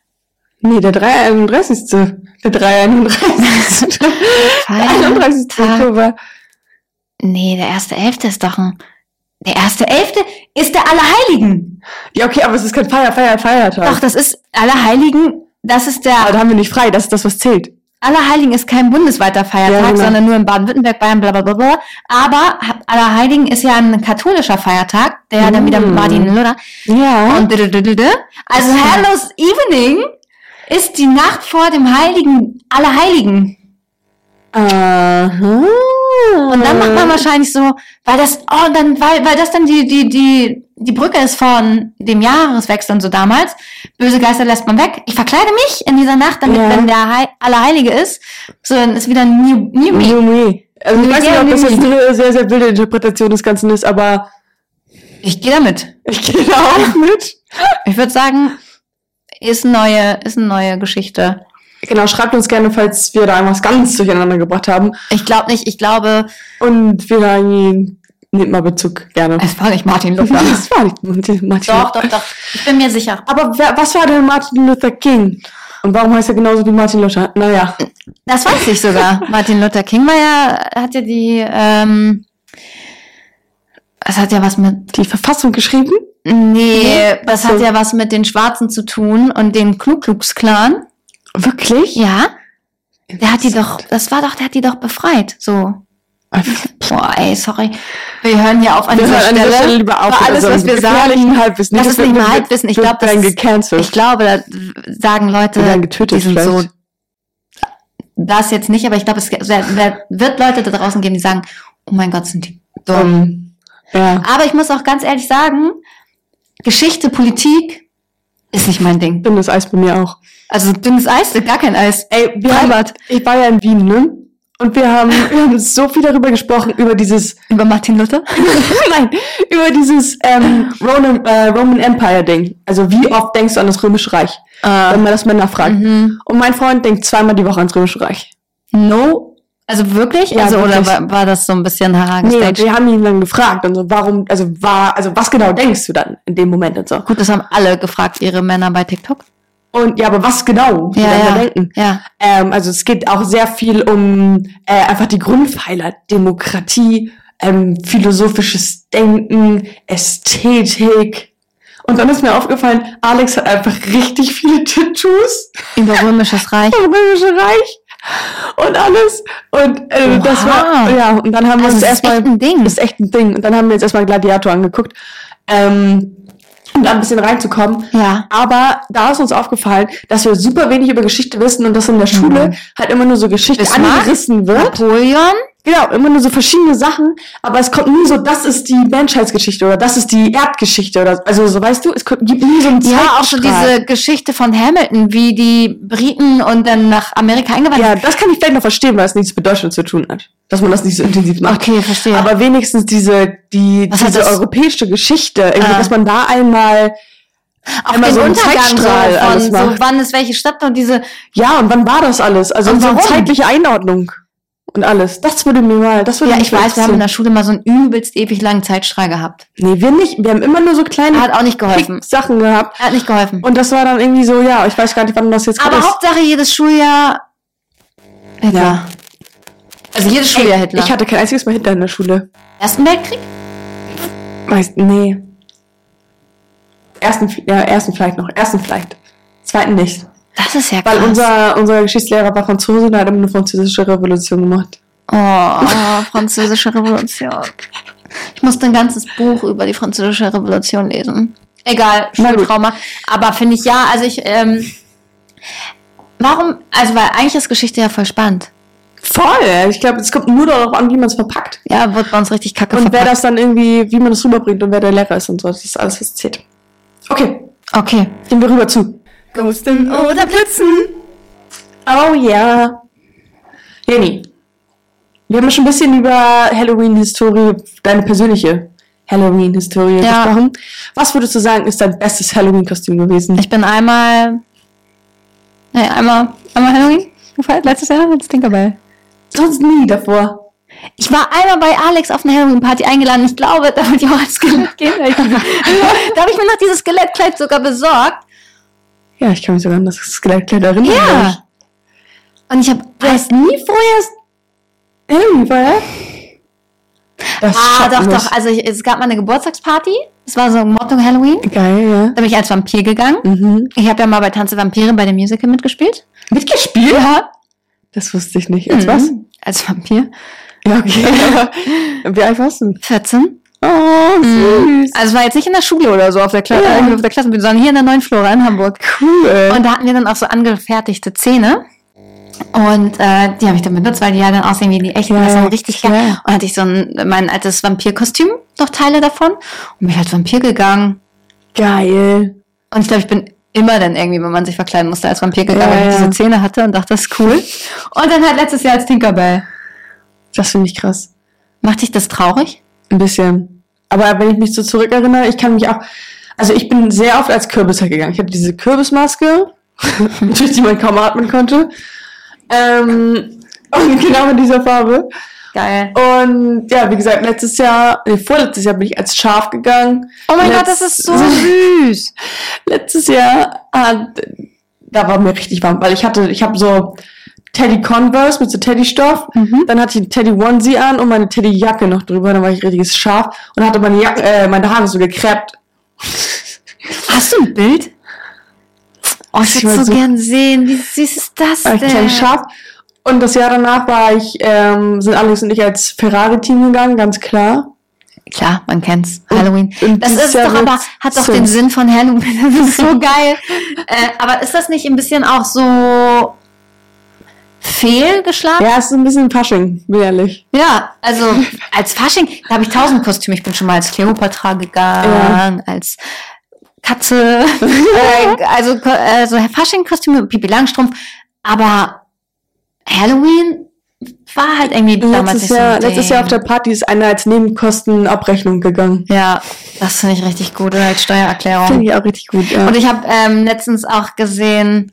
S1: Nee, der 331. Der 331. *laughs* 31. Oktober.
S2: Nee, der 1.11. ist doch ein... Der 1.11. ist der Allerheiligen.
S1: Ja, okay, aber es ist kein Feier, Feier, Feiertag.
S2: Doch, das ist Allerheiligen, das ist der...
S1: Aber da haben wir nicht frei, das ist das, was zählt.
S2: Allerheiligen ist kein bundesweiter Feiertag,
S1: Ja, genau.
S2: sondern nur in Baden-Württemberg, Bayern, bla bla bla bla. Aber Allerheiligen ist ja ein katholischer Feiertag, der dann wieder mit
S1: Mm.
S2: Martin Luther.
S1: Ja.
S2: Und dü- dü- dü- dü- dü. Also Hallows Evening ist die Nacht vor dem Heiligen Allerheiligen.
S1: Aha.
S2: Und dann macht man
S1: Äh.
S2: wahrscheinlich so, weil das, oh, dann, weil, weil das dann die, die, die, die Brücke ist von dem Jahreswechsel und so damals. Böse Geister lässt man weg. Ich verkleide mich in dieser Nacht, damit
S1: Ja.
S2: wenn der Hei Allerheilige ist, so dann ist wieder ein New, New Me.
S1: Jumi. Also ich weiß nicht,
S2: Ja,
S1: ob das jetzt
S2: Jumi.
S1: eine sehr, sehr wilde Interpretation des Ganzen ist, aber
S2: Ich gehe damit.
S1: ich gehe da *laughs* auch mit.
S2: Ich würde sagen, ist eine neue, ist eine neue Geschichte.
S1: Genau, schreibt uns gerne, falls wir da irgendwas ganz durcheinander gebracht haben.
S2: Ich glaube nicht, ich glaube,
S1: Und wir da irgendwie, nehmt mal Bezug, gerne.
S2: es war nicht Martin Luther.
S1: *laughs* Das war nicht Martin. Martin.
S2: doch, doch, doch. Ich bin mir sicher.
S1: Aber wer, was war denn Martin Luther King? Und warum heißt er genauso wie Martin Luther? Naja,
S2: Das weiß ich sogar. Martin Luther King war ja, hat ja die, ähm, es hat ja was mit,
S1: die Verfassung geschrieben?
S2: nee, das hat
S1: so.
S2: ja was mit den Schwarzen zu tun und den Ku Klux Klan.
S1: Wirklich?
S2: Ja. Der hat die doch, das war doch, der hat die doch befreit, so. *laughs* Boah, ey, sorry. Wir hören ja auf an,
S1: Wir
S2: dieser,
S1: hören an
S2: Stelle.
S1: dieser Stelle lieber auf
S2: Weil
S1: mit
S2: alles,
S1: unserem
S2: was wir
S1: gefährlichen
S2: sagen,
S1: Halbwissen.
S2: das
S1: Nicht,
S2: ist
S1: dass
S2: nicht
S1: wir-
S2: mal
S1: wir-
S2: Halbwissen. Ich
S1: wir
S2: glaube, das
S1: werden
S2: ist-
S1: gecancelt.
S2: Ich glaube, da sagen Leute,
S1: Wir werden getötet
S2: die sind so,
S1: vielleicht.
S2: das jetzt nicht, aber ich glaube, es wer- wer- wird Leute da draußen geben, die sagen, oh mein Gott, sind die dumm.
S1: Ähm, ja.
S2: Aber ich muss auch ganz ehrlich sagen, Geschichte, Politik ist nicht mein Ding.
S1: Dünnes Eis bei mir auch.
S2: Also dünnes Eis, gar kein Eis.
S1: Ey, wir haben,
S2: Freibad.
S1: ich war ja in Wien, ne? Und wir haben, wir haben so viel darüber gesprochen, über dieses, *laughs*
S2: Über Martin Luther?
S1: nein, über dieses ähm, Roman, äh, Roman Empire Ding. Also wie oft denkst du an das Römische Reich? Wenn man das Männer fragt.
S2: Mhm.
S1: Und mein Freund denkt zweimal die Woche ans Römische Reich.
S2: No. Also wirklich?
S1: Ja,
S2: also, oder
S1: wirklich.
S2: war, war das so ein bisschen
S1: Nee,
S2: haragestaged?
S1: und wir haben ihn dann gefragt und so, warum, also war, also was genau denkst du dann in dem Moment und so?
S2: Gut, das haben alle gefragt, ihre Männer bei TikTok.
S1: Und ja, aber was genau die dann da denken?
S2: ja.
S1: Ähm, also es geht auch sehr viel um äh, einfach die Grundpfeiler, Demokratie, ähm, philosophisches Denken, Ästhetik. Und dann ist mir aufgefallen, Alex hat einfach richtig viele Tattoos.
S2: Über römisches Reich.
S1: vom Römischen Reich und alles. Und äh,
S2: Oha.
S1: das war, ja, und dann haben wir
S2: Also
S1: uns
S2: es ist
S1: erstmal,
S2: echt ein Ding.
S1: ist echt ein Ding. Und dann haben wir uns erstmal Gladiator angeguckt, ähm, um da ein bisschen reinzukommen.
S2: Ja.
S1: Aber da ist uns aufgefallen, dass wir super wenig über Geschichte wissen und dass in der
S2: Mhm.
S1: Schule halt immer nur so Geschichte
S2: Bismarck?
S1: angerissen wird.
S2: Napoleon?
S1: Genau, immer nur so verschiedene Sachen, aber es kommt nie so, das ist die Menschheitsgeschichte oder das ist die Erdgeschichte oder so. also so weißt du, es kommt- gibt nie so einen
S2: Ja, auch so
S1: Zeitstrahl.
S2: diese Geschichte von Hamilton, wie die Briten und dann nach Amerika eingewandert
S1: Ja, das kann ich vielleicht noch verstehen, weil es nichts mit Deutschland zu tun hat. Dass man das nicht so intensiv macht.
S2: Okay, verstehe.
S1: Aber wenigstens diese, die,
S2: Was hat
S1: diese
S2: das-
S1: europäische Geschichte, irgendwie,
S2: Ah.
S1: dass man da einmal,
S2: Auch
S1: einmal
S2: den
S1: so einen
S2: Untergang so
S1: Zeitstrahl
S2: von
S1: alles
S2: so,
S1: macht.
S2: wann ist welche Stadt und diese,
S1: ja, und wann war das alles? Also
S2: Und
S1: so eine
S2: warum?
S1: zeitliche Einordnung. und alles. Das würde mir mal, das würde
S2: Ja,
S1: mich
S2: ich
S1: mal
S2: weiß, wir haben in
S1: interessieren.
S2: der Schule mal so einen übelst ewig langen Zeitstrahl gehabt.
S1: Nee, wir nicht. Wir haben immer nur so kleine
S2: Hat auch nicht geholfen.
S1: Sachen gehabt.
S2: Hat nicht geholfen.
S1: Und das war dann irgendwie so, ja, ich weiß gar nicht, wann das jetzt
S2: Aber
S1: ist.
S2: Hauptsache jedes Schuljahr Hitler.
S1: Ja.
S2: Also jedes Schuljahr Hitler.
S1: Ich hatte kein einziges Mal Hitler in der Schule.
S2: Ersten Weltkrieg?
S1: Weiß, nee. Ersten, ja, ersten vielleicht noch. Ersten vielleicht. Zweiten nicht.
S2: Das ist ja krass.
S1: Weil unser, unser Geschichtslehrer war Franzose und hat immer eine französische Revolution gemacht.
S2: Oh, französische Revolution. Ich musste ein ganzes Buch über die französische Revolution lesen. Egal,
S1: Na gut.
S2: Schultrauma. Aber finde ich ja, also ich, ähm, warum, also weil eigentlich ist Geschichte ja voll spannend.
S1: Voll! Ich glaube, es kommt nur darauf an, wie man es verpackt.
S2: Ja, wird bei uns richtig kacke
S1: Und wer
S2: verpackt.
S1: das dann irgendwie, wie man es rüberbringt und wer der Lehrer ist und so. Das ist alles, was zählt. Okay,
S2: Okay.
S1: gehen wir rüber zu.
S3: Ghosten oder Blitzen?
S1: Oh ja. Jenny, wir haben ja schon ein bisschen über Halloween-Historie, deine persönliche Halloween-Historie
S2: Ja.
S1: gesprochen. Was würdest du sagen, ist dein bestes Halloween-Kostüm gewesen?
S2: Ich bin einmal, nee, einmal, einmal Halloween gefeiert, letztes Jahr als Tinkerbell.
S1: sonst nie davor.
S2: Ich war einmal bei Alex auf einer Halloween-Party eingeladen. Ich glaube, da wollte ich auch als Skelett gehen. weil ich- *laughs* da habe ich mir noch dieses Skelettkleid sogar besorgt.
S1: Ja, ich kann mich sogar an das Skelettkleid erinnern. glaub ich.
S2: Ja. Und ich habe alles nie vorher.
S1: Halloween vorher? Das
S2: Ah,
S1: schafft
S2: doch,
S1: man
S2: doch. Also ich, es gab mal eine Geburtstagsparty. Das war so ein Motto Halloween.
S1: nicht. Geil, ja.
S2: Da bin ich als Vampir gegangen.
S1: Mhm.
S2: Ich habe ja mal bei Tanze Vampire bei dem Musical mitgespielt. Mitgespielt? Ja.
S1: Das wusste ich nicht. Als was?
S2: Mhm. Als Vampir.
S1: Ja,
S2: *laughs*
S1: okay. Wie alt warst du?
S2: 14.
S1: Oh,
S2: Mhm.
S1: süß.
S2: Also es war jetzt nicht in der Schule oder so auf der, Kla
S1: Ja.
S2: äh, irgendwie auf der Klassenbühne, sondern hier in der neuen Flora in Hamburg.
S1: Cool.
S2: Und da hatten wir dann auch so angefertigte Zähne. Und äh, die habe ich dann benutzt, weil die ja dann aussehen wie die echten.
S1: Ja,
S2: das war
S1: ja,
S2: richtig
S1: ja.
S2: geil. Und hatte ich so ein, mein altes Vampirkostüm, noch Teile davon. Und bin ich als Vampir gegangen.
S1: Geil.
S2: Und ich glaube, ich bin immer dann irgendwie, wenn man sich verkleiden musste, als Vampir gegangen,
S1: Ja,
S2: weil ich
S1: ja.
S2: diese Zähne hatte und dachte, das ist cool. Und dann halt letztes Jahr als Tinkerbell.
S1: Das finde ich krass.
S2: Macht dich das traurig?
S1: Ein bisschen. Aber wenn ich mich so zurückerinnere, ich kann mich auch. Also ich bin sehr oft als Kürbisser gegangen. Ich hatte diese Kürbismaske, *laughs* durch die man kaum atmen konnte. Ähm, und genau in dieser Farbe.
S2: Geil.
S1: Und ja, wie gesagt, letztes Jahr, nee, vorletztes Jahr bin ich als Schaf gegangen.
S2: Oh mein
S1: Letz-
S2: Gott, das ist so süß.
S1: *laughs* Letztes Jahr hat, da war mir richtig warm, weil ich hatte, ich habe so Teddy Converse mit so Teddy-Stoff,
S2: Mhm.
S1: dann hatte ich einen Teddy Onesie an und meine Teddy-Jacke noch drüber, dann war ich richtiges Schaf und hatte meine, Jack äh, meine Haare so gekreppt.
S2: Hast du ein Bild? Oh, ich
S1: Ich
S2: würde so,
S1: weiß so-
S2: gern sehen. Wie süß ist das
S1: War
S2: denn?
S1: ich ein kleines Schaf. Und das Jahr danach war ich, ähm, sind Alex und ich als Ferrari-Team gegangen, ganz klar.
S2: Klar, man kennt's. Halloween.
S1: und
S2: das
S1: dieses
S2: ist
S1: Jahr
S2: doch aber,
S1: wird's
S2: hat doch
S1: so.
S2: den Sinn von Halloween. *laughs* Das ist so geil. äh, aber ist das nicht ein bisschen auch so fehlgeschlagen?
S1: Ja, es ist ein bisschen Fasching, bin ehrlich.
S2: Ja. also als Fasching, da habe ich tausend Kostüme. Ich bin schon mal als Cleopatra gegangen, als Katze, *laughs* äh, also, Ko- also Fasching-Kostüme, Pipi Langstrumpf. Aber Halloween war halt irgendwie damals
S1: Letztes
S2: nicht so
S1: Jahr,
S2: ein Ding.
S1: letztes Jahr auf der Party ist einer als Nebenkostenabrechnung gegangen.
S2: Ja, das finde ich richtig gut oder als Steuererklärung.
S1: Finde ich auch richtig gut, ja.
S2: Und ich habe ähm, letztens auch gesehen,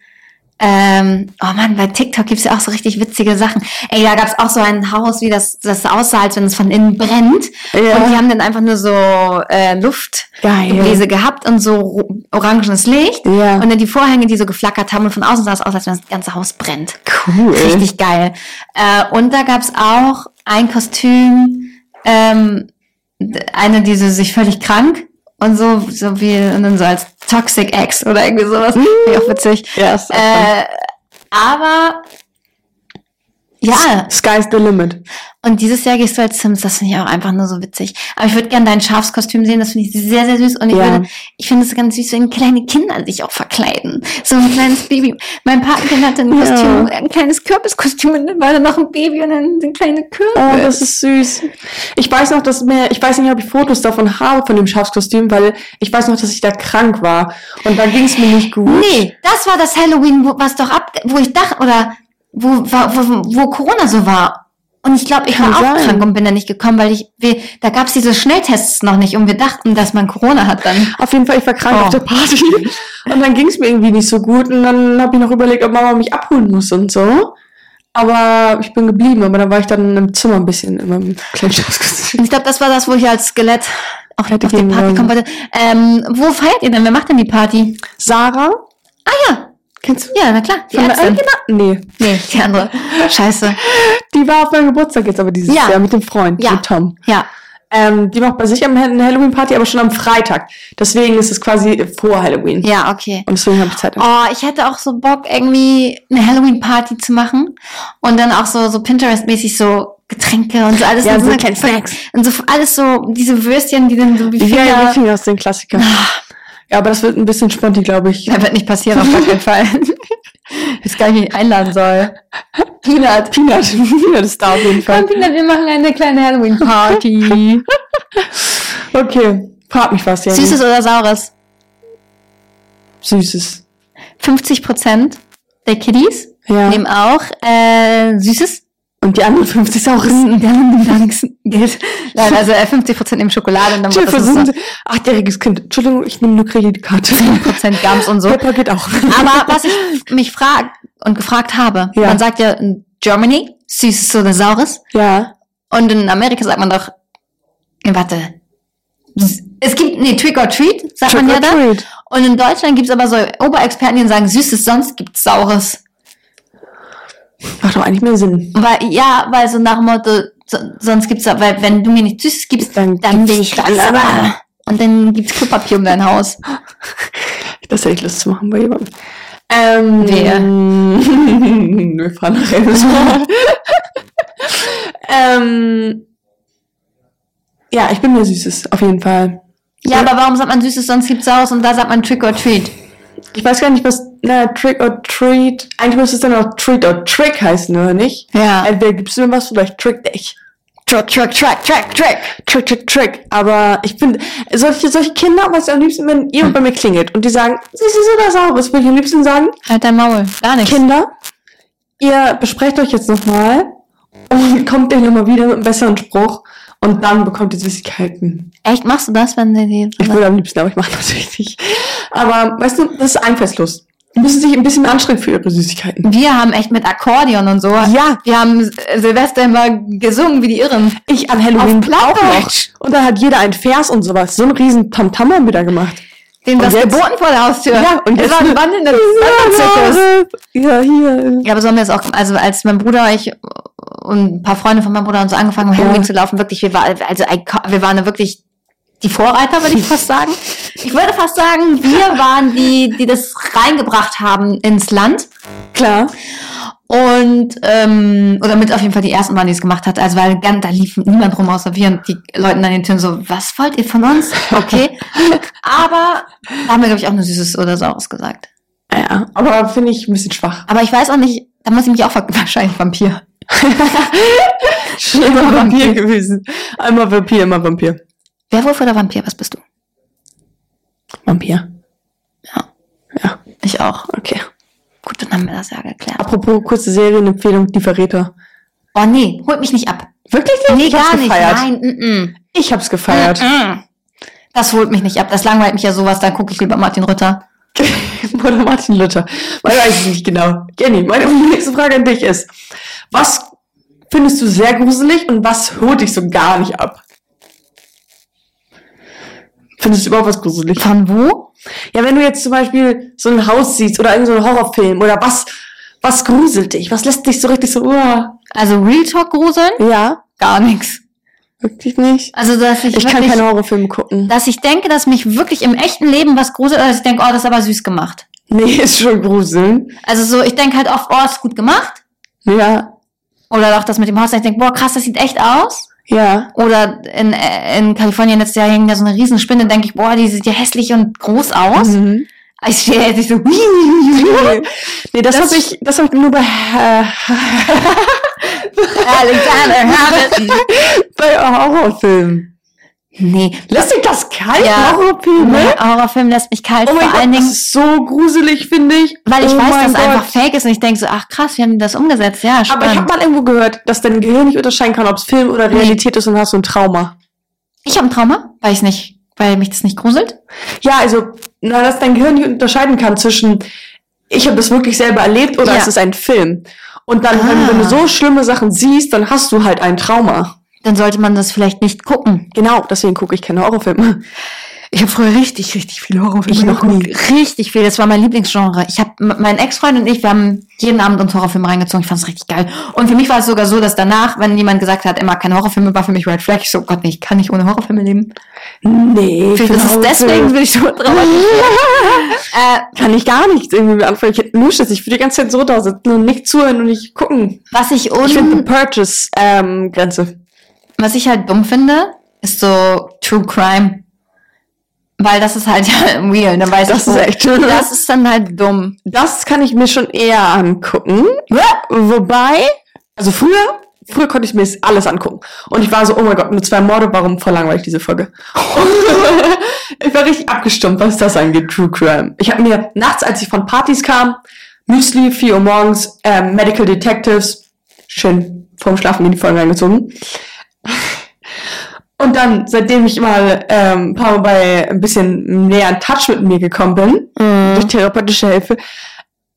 S2: ähm, oh Mann, bei TikTok gibt's ja auch so richtig witzige Sachen. Ey, da gab's auch so ein Haus, wie das, das aussah, als wenn es von innen brennt.
S1: Ja.
S2: Und die haben dann einfach nur so äh, Luftgebläse gehabt und so ro- orangenes Licht.
S1: Ja.
S2: Und dann die Vorhänge, die so geflackert haben und von außen sah es aus, als wenn das ganze Haus brennt.
S1: cool.
S2: Richtig geil. Äh, und da gab's auch ein Kostüm, ähm, d- eine, die so sich völlig krank und so, so wie, und dann so als Toxic Ex oder irgendwie sowas. Wie auch witzig.
S1: Mhm. Ja, ist auch
S2: Äh, aber, ja,
S1: Sky's the limit.
S2: und dieses Jahr gehst du als Sims, das finde ich auch einfach nur so witzig. Aber ich würde gerne dein Schafskostüm sehen, das finde ich sehr, sehr süß. Und ich
S1: Ja.
S2: würde, ich finde es ganz süß, wenn kleine Kinder sich auch verkleiden. So ein kleines Baby. Mein Patenkind hatte ein
S1: Ja.
S2: Kostüm, ein kleines Kürbiskostüm und dann war da noch ein Baby und dann eine kleine Kürbis.
S1: Oh, das ist süß. Ich weiß noch, dass mir, ich weiß nicht, ob ich Fotos davon habe von dem Schafskostüm, weil ich weiß noch, dass ich da krank war. Und da ging es mir nicht gut.
S2: Nee, das war das Halloween, wo, was doch ab, wo ich dachte, oder wo, war- wo, wo Corona so war. Und ich glaube, ich
S1: Kann
S2: war auch
S1: sein.
S2: krank und bin da nicht gekommen, weil ich, wir, da gab es diese Schnelltests noch nicht und wir dachten, dass man Corona hat dann.
S1: Auf jeden Fall, ich war krank
S2: Oh.
S1: auf der Party. Und dann ging es mir irgendwie nicht so gut. Und dann habe ich noch überlegt, ob Mama mich abholen muss und so. aber ich bin geblieben. Aber dann war ich dann im Zimmer ein bisschen in meinem kleinen Schatzkasten.
S2: Ich glaube, das war das, wo ich als Skelett auch auf
S1: Hätte
S2: die
S1: gehen
S2: Party
S1: wollen.
S2: kommen wollte. Ähm, wo feiert ihr denn? Wer macht denn die Party?
S1: Sarah,
S2: Ah ja,
S1: kennst du?
S2: ja, na klar. Die
S1: von der
S2: Ärztin.
S1: Algena? Nee,
S2: Nee, die andere.
S1: *laughs*
S2: Scheiße.
S1: die war auf meinem Geburtstag jetzt aber dieses
S2: Ja.
S1: Jahr mit dem Freund,
S2: Ja.
S1: mit Tom.
S2: Ja.
S1: Ähm, die macht bei sich am Ha- eine Halloween-Party, aber schon am Freitag. Deswegen ist es quasi vor Halloween.
S2: Ja, okay.
S1: Und deswegen habe ich Zeit.
S2: Oh, ich hätte auch so Bock, irgendwie eine Halloween-Party zu machen. Und dann auch so, so Pinterest-mäßig so Getränke und so alles.
S1: Ja,
S2: und
S1: so
S2: eine-
S1: kleine Snacks.
S2: Und so alles so, diese Würstchen, die dann so wie
S1: Ja, ja,
S2: Finger...
S1: Wikinger ist den Klassiker.
S2: Ah.
S1: Ja, aber das wird ein bisschen spontan, glaube ich.
S2: Das wird nicht passieren, auf gar *laughs*
S1: *laughs*
S2: keinen Fall. Jetzt gar nicht einladen soll.
S1: Peanut. Peanut. Peanut ist da auf jeden Fall.
S2: Komm, Pina, wir machen eine kleine Halloween-Party.
S1: Okay, frag mich was, ja.
S2: *laughs* Süßes oder Saures?
S1: Süßes.
S2: 50% der Kiddies
S1: Ja.
S2: nehmen auch äh, Süßes.
S1: Und die anderen 50 Saures.
S2: Und die anderen nehmen gar nichts. Geld. *laughs* Nein, also äh, 50% nehmen Schokolade und dann wird
S1: Chill,
S2: das
S1: wir
S2: so
S1: sind achtjähriges Kind. Entschuldigung, ich nehme nur
S2: *laughs*
S1: Kreditkarte.
S2: 10% Gams und so.
S1: Pepper geht auch.
S2: Aber was ich mich frag und gefragt habe,
S1: Ja.
S2: man sagt ja in Germany Süßes oder Saures.
S1: Ja.
S2: Und in Amerika sagt man doch, nee, warte, es gibt, nee, Trick or Treat, sagt man ja
S1: Chocolate
S2: da.
S1: Treat.
S2: Und in Deutschland gibt's aber so Oberexperten, die sagen, Süßes, sonst gibt's Saures.
S1: Macht doch eigentlich mehr Sinn.
S2: Weil, ja, weil so nach dem Motto, so, sonst gibt's, da- weil wenn du mir nicht Süßes gibst,
S1: Dann
S2: dann, dann will
S1: gibt's
S2: ich
S1: dann
S2: dann
S1: aber.
S2: Und dann gibt's Klopapier um dein Haus.
S1: Das hätte ich Lust zu machen bei jemandem. Ähm, *laughs*
S2: Wer?
S1: Wir fahren nach Elmshorn. ähm, ja, ich bin mir Süßes, auf jeden Fall.
S2: Ja, aber warum sagt man Süßes, sonst gibt's Saures und da sagt man Trick or Treat?
S1: Ich weiß gar nicht, was na, Trick or Treat. Eigentlich müsste es dann auch Treat or Trick heißen, oder nicht? Äh,
S2: Ja.
S1: Entweder gibst du mir was oder ich trick dich.
S2: Äh, Trick, Trick, Trick, Trick, Trick.
S1: Trick, trick, trick. Aber ich bin. Solche, solche Kinder weiß ich am liebsten, wenn jemand bei mir klingelt und die sagen, Süßes oder Saures, würde ich am liebsten sagen,
S2: Halt dein Maul. Gar nichts.
S1: Kinder, ihr besprecht euch jetzt nochmal und kommt dann nochmal wieder mit einem besseren Spruch und dann bekommt ihr Süßigkeiten.
S2: Echt, machst du das, wenn sie die...
S1: Ich würde am liebsten, aber ich mache das *laughs* nicht. Aber weißt du, das ist einfallslos. Die müssen sich ein bisschen anstrengen für ihre Süßigkeiten.
S2: Wir haben echt mit Akkordeon und so.
S1: Ja.
S2: Wir haben Silvester immer gesungen wie die Irren.
S1: Ich an Halloween
S2: Auf Plattdeutsch.
S1: auch noch. Und dann hat jeder einen Vers und sowas. So einen riesen Tamtam haben wir da gemacht.
S2: Denen
S1: Und
S2: was
S1: jetzt?
S2: geboten vor der Haustür.
S1: Ja, und
S2: es
S1: jetzt-
S2: war ein wandelnder Wandelzirkus.
S1: Ja, hier.
S2: Ja, aber so haben wir es auch gemacht. Also als mein Bruder, ich und ein paar Freunde von meinem Bruder und so angefangen haben,
S1: Ja.
S2: Halloween zu laufen, wirklich, wir, war, also, ein Ko- wir waren wirklich die Vorreiter, würde ich fast sagen. Ich würde fast sagen, wir waren die, die das reingebracht haben ins Land.
S1: Klar.
S2: Und, ähm, oder mit auf jeden Fall die ersten waren, die es gemacht hat. Also, weil ganz, da lief niemand rum außer wir und die Leuten an den Türen so, was wollt ihr von uns? Okay.
S1: *laughs*
S2: Aber da haben wir, glaube ich, auch nur Süßes oder Saures gesagt.
S1: Ja, aber finde ich ein bisschen schwach.
S2: Aber ich weiß auch nicht, da muss ich mich auch ver *laughs* wahrscheinlich Vampir.
S1: Schon immer *laughs* Vampir gewesen. Einmal Vampir, immer Vampir.
S2: Werwolf oder Vampir, was bist du?
S1: Vampir.
S2: Ja.
S1: Ja,
S2: Ich auch.
S1: okay.
S2: Gut, dann haben wir das ja geklärt.
S1: Apropos kurze Serienempfehlung, Die Verräter.
S2: Oh nee, holt mich nicht ab.
S1: Wirklich nicht?
S2: Nee,
S1: ich
S2: gar
S1: hab's
S2: nicht.
S1: gefeiert.
S2: Nein, mm
S1: Ich hab's
S2: -mm.
S1: gefeiert.
S2: Mm -mm. Das holt mich nicht ab. Das langweilt mich ja sowas, dann gucke ich lieber Martin Rütter.
S1: *laughs* Oder Martin Luther. Man weiß es nicht genau. Jenny, meine *laughs* nächste Frage an dich ist, was findest du sehr gruselig und was holt dich so gar nicht ab? Findest du überhaupt was gruselig?
S2: Von wo?
S1: Ja, wenn du jetzt zum Beispiel so ein Haus siehst oder irgendeinen so einen Horrorfilm oder was, was gruselt dich? Was lässt dich so richtig so, uah?
S2: Also Real Talk gruseln?
S1: Ja,
S2: Gar nichts.
S1: wirklich nicht.
S2: Also, dass ich,
S1: Ich kann
S2: wirklich,
S1: keine Horrorfilme gucken.
S2: dass ich denke, dass mich wirklich im echten Leben was gruselt, dass ich denke, oh, das ist aber süß gemacht.
S1: Nee, *laughs* ist schon gruseln.
S2: Also so, ich denke halt oft, oh, ist gut gemacht.
S1: Ja,
S2: Oder auch das mit dem Haus, dass ich denke, boah, krass, das sieht echt aus.
S1: ja.
S2: Oder in, äh, in Kalifornien letztes Jahr hing da so eine Riesenspinne, denke ich, boah, die sieht ja hässlich und groß aus.
S1: Mhm.
S2: Ich stehe jetzt nicht so, *laughs*
S1: *laughs* nee, das,
S2: Das-
S1: hab ich, das hab ich nur bei, *laughs* äh,
S2: Alexander Hamilton.
S1: bei Horrorfilmen.
S2: Nee.
S1: Lässt dich das kalt,
S2: Ja.
S1: Horrorfilme?
S2: Mein Horrorfilm lässt mich kalt,
S1: Mhm. Oh mein
S2: vor allen
S1: Gott, das
S2: Dingen,
S1: ist so gruselig, finde ich.
S2: weil ich
S1: oh
S2: weiß,
S1: mein
S2: dass es
S1: Gott.
S2: einfach fake ist und ich denke so, ach krass, wir haben das umgesetzt, ja, spannend.
S1: Aber ich habe mal irgendwo gehört, dass dein Gehirn nicht unterscheiden kann, ob es Film oder Realität ist und hast du ein Trauma.
S2: Ich habe ein Trauma, weil ich nicht, weil mich das nicht gruselt.
S1: Ja, also, na, dass dein Gehirn nicht unterscheiden kann zwischen ich habe das wirklich selber erlebt oder
S2: Ja.
S1: es ist ein Film. Und dann, wenn, wenn du
S2: Ah.
S1: so schlimme Sachen siehst, dann hast du halt ein Trauma.
S2: Dann sollte man das vielleicht nicht gucken.
S1: Genau, deswegen gucke ich keine Horrorfilme.
S2: Ich habe früher richtig, richtig viele Horrorfilme
S1: Ich noch
S2: geguckt. Richtig viel. Das war mein Lieblingsgenre. Ich habe mein Ex-Freund und ich, wir haben jeden Abend uns Horrorfilme reingezogen. Ich fand's richtig geil. Und für mich war es sogar so, dass danach, wenn jemand gesagt hat, immer keine Horrorfilme, war für mich Red Flag. Ich so, oh Gott, nee, ich kann nicht ohne Horrorfilme leben.
S1: Nee,
S2: Ich das ist deswegen bin
S1: *laughs*
S2: ich so traurig. äh,
S1: kann ich gar nichts irgendwie mit anfangen. Ich hätte Lusches, ich würde die ganze Zeit so da sitzen und nicht zuhören und nicht gucken.
S2: was ich
S1: Ich finde die ähm,
S2: un
S1: Purchase-Grenze.
S2: was ich halt dumm finde, ist so True Crime. Weil das ist halt *laughs* ja real. Dann weiß
S1: Das
S2: ich, wo-
S1: ist echt schön.
S2: Das ist dann halt dumm.
S1: Das kann ich mir schon eher angucken. Wobei, also früher, früher konnte ich mir das alles angucken. Und ich war so, oh mein Gott, nur zwei Morde, warum voll langweilig diese Folge? *laughs* ich war richtig abgestumpft, was das angeht, True Crime. Ich habe mir nachts, als ich von Partys kam, Müsli, 4 Uhr morgens, ähm, Medical Detectives, schön vorm Schlafen in die Folgen reingezogen. Und dann, seitdem ich mal ähm, ein paar Mal bei ein bisschen näher in Touch mit mir gekommen bin,
S2: Mhm.
S1: durch therapeutische Hilfe,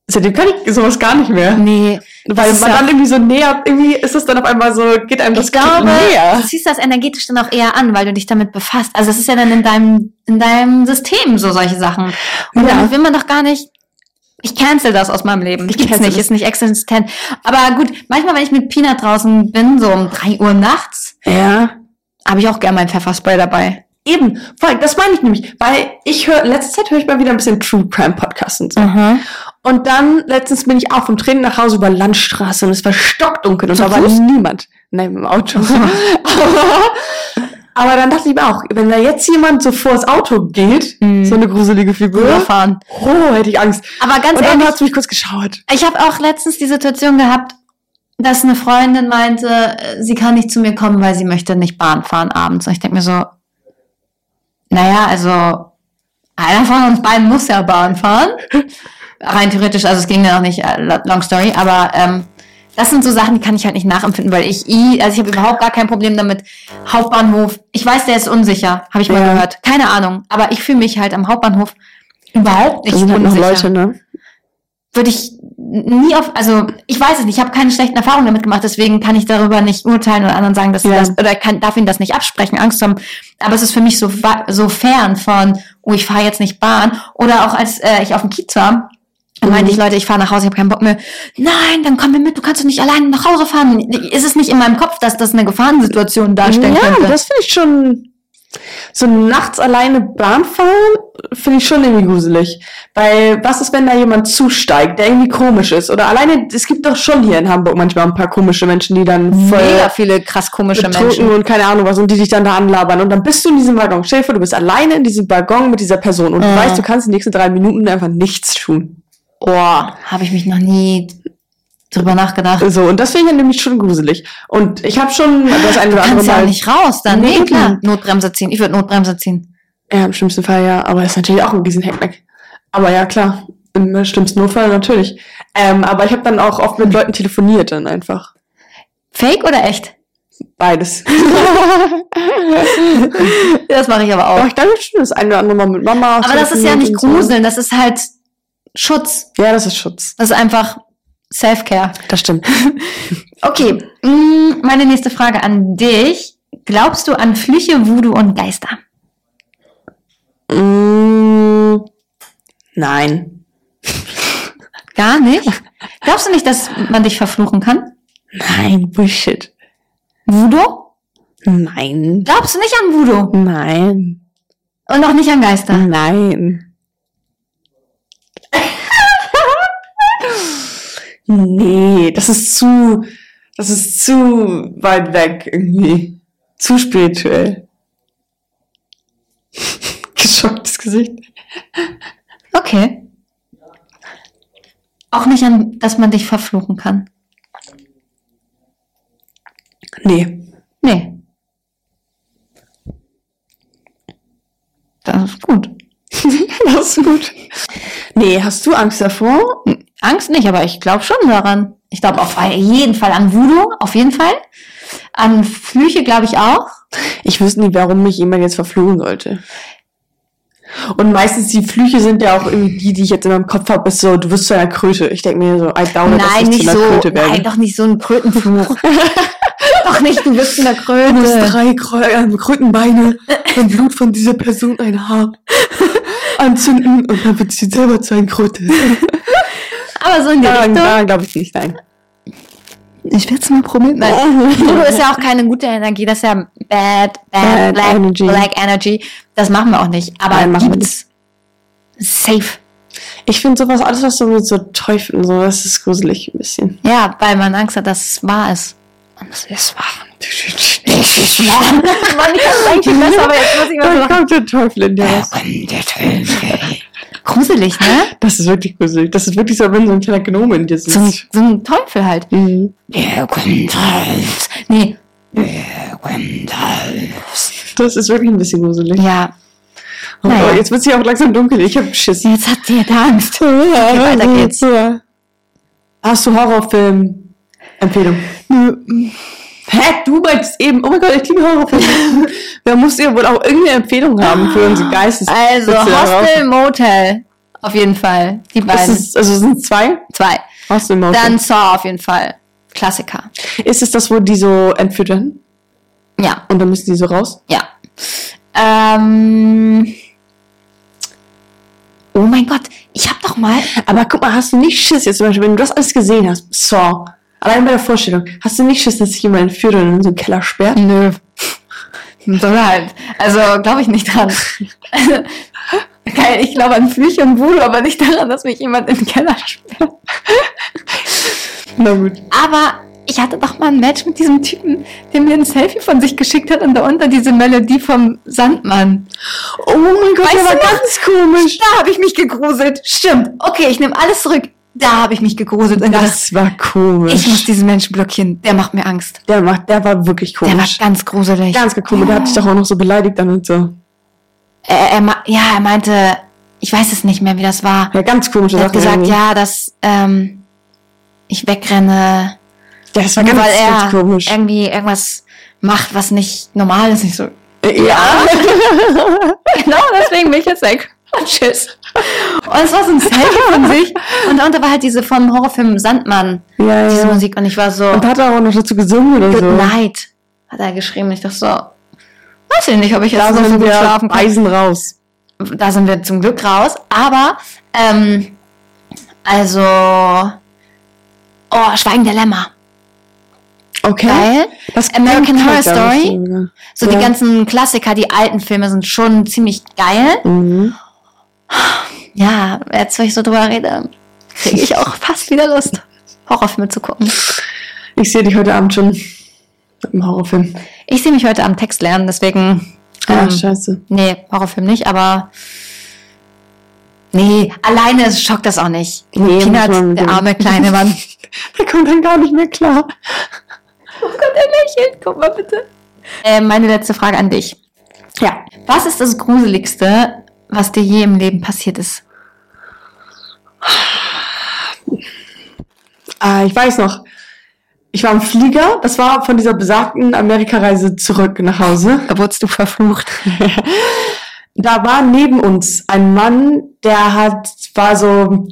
S1: seitdem kann ich sowas gar nicht mehr.
S2: Nee.
S1: Weil
S2: Mhm. Das ist
S1: man
S2: ja-
S1: dann irgendwie so näher, irgendwie ist es dann auf einmal so, geht einem das
S2: Ich glaube,
S1: näher.
S2: du ziehst das energetisch dann auch eher an, weil du dich damit befasst. Also es ist ja dann in deinem, in deinem System so solche Sachen. Und
S1: Ja.
S2: damit will man doch gar nicht. Ich cancel das aus meinem Leben. Ich Gibt's
S1: cancel
S2: nicht,
S1: das.
S2: ist nicht existent. Aber gut, manchmal, wenn ich mit Pina draußen bin, so um 3 Uhr nachts,
S1: Ja.
S2: habe ich auch gerne meinen Pfefferspray dabei.
S1: Eben, vor allem, das meine ich nämlich, weil ich höre, letzte Zeit höre ich mal wieder ein bisschen True Crime Podcasts und so. Und dann, letztens bin ich auch vom Training nach Hause über Landstraße und es war stockdunkel und
S2: Zu
S1: da war
S2: Fuß?
S1: niemand. Nein, im Auto. Aber dann dachte ich mir auch, wenn da jetzt jemand so vor das Auto geht,
S2: Mhm.
S1: so eine gruselige Figur,
S2: Überfahren.
S1: oh, hätte ich Angst.
S2: Aber ganz
S1: und dann
S2: ehrlich,
S1: hat's mich kurz geschaut.
S2: Ich habe auch letztens die Situation gehabt, dass eine Freundin meinte, äh, sie kann nicht zu mir kommen, weil sie möchte nicht Bahn fahren abends. Und ich denke mir so, naja, also einer von uns beiden muss ja Bahn fahren. Rein theoretisch, also es ging ja auch nicht, äh, lo- long story, aber ähm, das sind so Sachen, die kann ich halt nicht nachempfinden, weil ich, i- also ich habe überhaupt gar kein Problem damit. Hauptbahnhof, ich weiß, der ist unsicher, habe ich mal
S1: Ja.
S2: gehört. Keine Ahnung, aber ich fühle mich halt am Hauptbahnhof überhaupt nicht unsicher
S1: ne?
S2: würde ich nie auf, also ich weiß es nicht, ich habe keine schlechten Erfahrungen damit gemacht, deswegen kann ich darüber nicht urteilen oder anderen sagen, dass sie
S1: Ja.
S2: das, oder kann, darf ihnen das nicht absprechen, Angst haben. Aber es ist für mich so, wa- so fern von, oh, ich fahre jetzt nicht Bahn. Oder auch als äh, ich auf dem Kiez war, dann
S1: Mhm.
S2: meinte ich, Leute, ich fahre nach Hause, ich habe keinen Bock mehr. Nein, dann komm mir mit, du kannst doch nicht alleine nach Hause fahren. Ist es nicht in meinem Kopf, dass das eine Gefahrensituation darstellen
S1: Ja,
S2: könnte?
S1: das finde ich schon. So nachts alleine Bahn fahren, finde ich schon irgendwie gruselig. Weil was ist, wenn da jemand zusteigt, der irgendwie komisch ist? Oder alleine, es gibt doch schon hier in Hamburg manchmal ein paar komische Menschen, die dann voll
S2: Mega viele krass komische
S1: betrunken
S2: Menschen.
S1: und keine Ahnung was und die dich dann da anlabern. Und dann bist du in diesem Waggon. Stell dir vor, du bist alleine in diesem Waggon mit dieser Person und du
S2: Mhm.
S1: weißt, du kannst die nächsten drei Minuten einfach nichts tun. Oh,
S2: Habe ich mich noch nie drüber nachgedacht.
S1: so, und das finde ich dann nämlich schon gruselig. Und ich habe schon das eine oder andere
S2: kannst ja auch
S1: Mal
S2: nicht raus dann. Nee,
S1: Nee,
S2: klar.
S1: eben.
S2: Notbremse ziehen. Ich würde Notbremse ziehen.
S1: Ja, im schlimmsten Fall ja, aber das ist natürlich auch ein riesen Hackback. Aber ja, klar, im schlimmsten Notfall natürlich. Ähm, aber ich habe dann auch oft mit Leuten telefoniert dann einfach.
S2: Fake oder echt?
S1: Beides.
S2: *laughs* Das mache ich aber auch.
S1: aber ich glaube schon das eine oder andere Mal mit Mama.
S2: aber das ist ja
S1: telefoniert
S2: nicht
S1: und so.
S2: gruseln, das ist halt Schutz.
S1: Ja, das ist Schutz.
S2: Das ist einfach Self-Care.
S1: Das stimmt.
S2: Okay, mm, meine nächste Frage an dich. Glaubst du an Flüche, Voodoo und Geister?
S1: mm, nein.
S2: Gar nicht. Glaubst du nicht, dass man dich verfluchen kann?
S1: Nein, Bullshit.
S2: Voodoo?
S1: Nein.
S2: Glaubst du nicht an Voodoo?
S1: Nein.
S2: Und auch nicht an Geister?
S1: Nein. nee, das ist zu, das ist zu weit weg irgendwie. Zu spirituell. *laughs* Geschocktes Gesicht.
S2: Okay. Auch nicht an, dass man dich verfluchen kann.
S1: Nee. *laughs*
S2: Nee. Das ist gut.
S1: das ist gut. Nee, hast du Angst davor?
S2: Angst nicht, aber ich glaube schon daran. Ich glaube auf jeden Fall an Voodoo, auf jeden Fall. An Flüche glaube ich auch.
S1: Ich wüsste nicht, warum mich jemand jetzt verfluchen sollte. Und meistens die Flüche sind ja auch irgendwie die, die ich jetzt in meinem Kopf habe, ist so, du wirst zu einer Kröte. Ich denke mir so, I doubt it, dass ich
S2: Nein, nicht
S1: zu einer
S2: so.
S1: Kröte werde.
S2: Nein, doch nicht so
S1: *laughs*
S2: ein Krötenfluch. doch nicht, du bist in der
S1: Du hast
S2: Kröte.
S1: drei Krö äh, Krötenbeine und Blut von dieser Person ein Haar anzünden und dann wird sie selber zu einer Kröte.
S2: Aber so in die Richtung.
S1: glaube ich nicht, nein.
S2: Ich werde es mal
S1: *laughs*
S2: probieren. Nein. Voodoo ist ja auch keine gute Energie. Das ist ja bad, bad,
S1: Bad
S2: black,
S1: Energy.
S2: black energy. Das machen wir auch nicht. Aber
S1: Nein, machen wir
S2: gibt's. Safe.
S1: Ich finde sowas, alles was so mit so Teufeln, so, das ist gruselig ein bisschen.
S2: Ja, weil man Angst hat, dass es wahr ist. Und es ist wahr. Es ist wahr. *laughs* Mann, ich kann es eigentlich besser, aber jetzt muss ich mal so
S1: Da
S2: machen.
S1: kommt der Teufel in dir raus.
S2: *laughs* Gruselig, ne?
S1: Das ist wirklich gruselig. Das ist wirklich so, wenn so ein kleiner Gnome in dir
S2: So ein,
S1: sitzt.
S2: so ein Teufel halt.
S1: Mhm.
S2: Der kommt halt. Nee,
S1: Das ist wirklich ein bisschen gruselig.
S2: ja.
S1: Oh,
S2: Naja.
S1: Jetzt wird es ja auch langsam dunkel. Ich habe Schiss.
S2: Jetzt habt ihr da *laughs* Angst.
S1: weiter
S2: geht's.
S1: Hast du Horrorfilm? Empfehlung. Hä, du meinst eben, oh mein Gott, ich liebe
S2: *laughs*
S1: Horrorfilme. Wer muss ihr wohl auch irgendeine Empfehlung haben für unsere Geistes?
S2: Also,
S1: Witze
S2: Hostel, Motel. Auf jeden Fall. Die
S1: Ist
S2: beiden.
S1: es, also es sind zwei?
S2: Zwei.
S1: Hostel Motel.
S2: Dann Saw auf jeden Fall. Klassiker.
S1: ist es das, wo die so entführt werden?
S2: Ja,
S1: Und dann müssen die so raus?
S2: ja. Ähm. Oh mein Gott, ich hab doch *laughs* mal.
S1: Aber guck mal, hast du nicht Schiss jetzt zum Beispiel, wenn du das alles gesehen hast, Saw, allein bei der Vorstellung, hast du nicht Schiss, dass sich jemand entführt und in so einen Keller sperrt?
S2: Nö. Sondern halt. Also, glaube ich nicht dran. *laughs* Geil, ich glaube an Flüche und Voodoo, aber nicht daran, dass mich jemand in den Keller sperrt.
S1: Na gut.
S2: Aber ich hatte doch mal ein Match mit diesem Typen, der mir ein Selfie von sich geschickt hat und darunter diese Melodie vom Sandmann.
S1: Oh mein Gott,
S2: Weißt
S1: der war
S2: du noch?
S1: ganz komisch.
S2: Da habe ich mich gegruselt. Stimmt. Okay, ich nehme alles zurück. Da habe ich mich gegruselt und gedacht,
S1: Das war komisch.
S2: ich muss diesen Menschen blockieren. Der macht mir Angst.
S1: Der macht, der war wirklich
S2: Der war
S1: komisch.
S2: ganz gruselig.
S1: ganz komisch. Der hat dich doch auch noch so beleidigt dann und so.
S2: er, er, ma- ja, er meinte, ich weiß es nicht mehr, wie das war.
S1: Ja, ganz komische
S2: Er hat
S1: Sachen.
S2: gesagt,
S1: irgendwie.
S2: ja, dass ähm, ich wegrenne,
S1: Ja, das war
S2: nur
S1: ganz,
S2: weil er
S1: ganz komisch.
S2: irgendwie irgendwas macht, was nicht normal ist. Ich so, *laughs*
S1: ja.
S2: genau deswegen bin ich jetzt weg. *laughs* Und tschüss. Und es war so ein Selfie von sich. Und darunter war halt diese vom Horrorfilm Sandmann,
S1: Ja,
S2: diese
S1: ja.
S2: Musik. Und ich war so,
S1: Und hat er auch noch dazu gesungen oder
S2: Good
S1: so.
S2: night, hat er geschrieben. Ich dachte so, weiß ich nicht, ob ich jetzt
S1: Da
S2: noch so
S1: sind
S2: gut
S1: wir
S2: schlafen kann.
S1: Eisen raus.
S2: da sind wir zum Glück raus. Aber, ähm, also, oh, Schweigen der Lämmer.
S1: Okay.
S2: Geil.
S1: Das
S2: American
S1: klingt
S2: Horror
S1: halt gar nicht
S2: Story?
S1: so, ja.
S2: So
S1: Ja.
S2: die ganzen Klassiker, die alten Filme sind schon ziemlich geil.
S1: Mhm.
S2: Ja, jetzt, wo ich so drüber rede, kriege ich auch fast wieder Lust, Horrorfilme zu gucken.
S1: Ich sehe dich heute Abend schon mit einem Horrorfilm.
S2: Ich sehe mich heute am Text lernen, deswegen,
S1: Ah,
S2: ähm,
S1: scheiße.
S2: nee, Horrorfilm nicht, aber nee, alleine schockt das auch nicht.
S1: Nee, muss
S2: Peanuts,
S1: man mit
S2: der
S1: dem-
S2: arme kleine Mann.
S1: Der kommt dann gar nicht mehr klar.
S2: lächelt. Guck mal bitte. Äh, meine letzte Frage an dich.
S1: Ja.
S2: Was ist das Gruseligste, was dir je im Leben passiert ist?
S1: Ah, ich weiß noch. Ich war im Flieger. Das war von dieser besagten Amerikareise zurück nach Hause.
S2: Da wurdest du verflucht.
S1: *laughs* da war neben uns ein Mann, der hat, war so,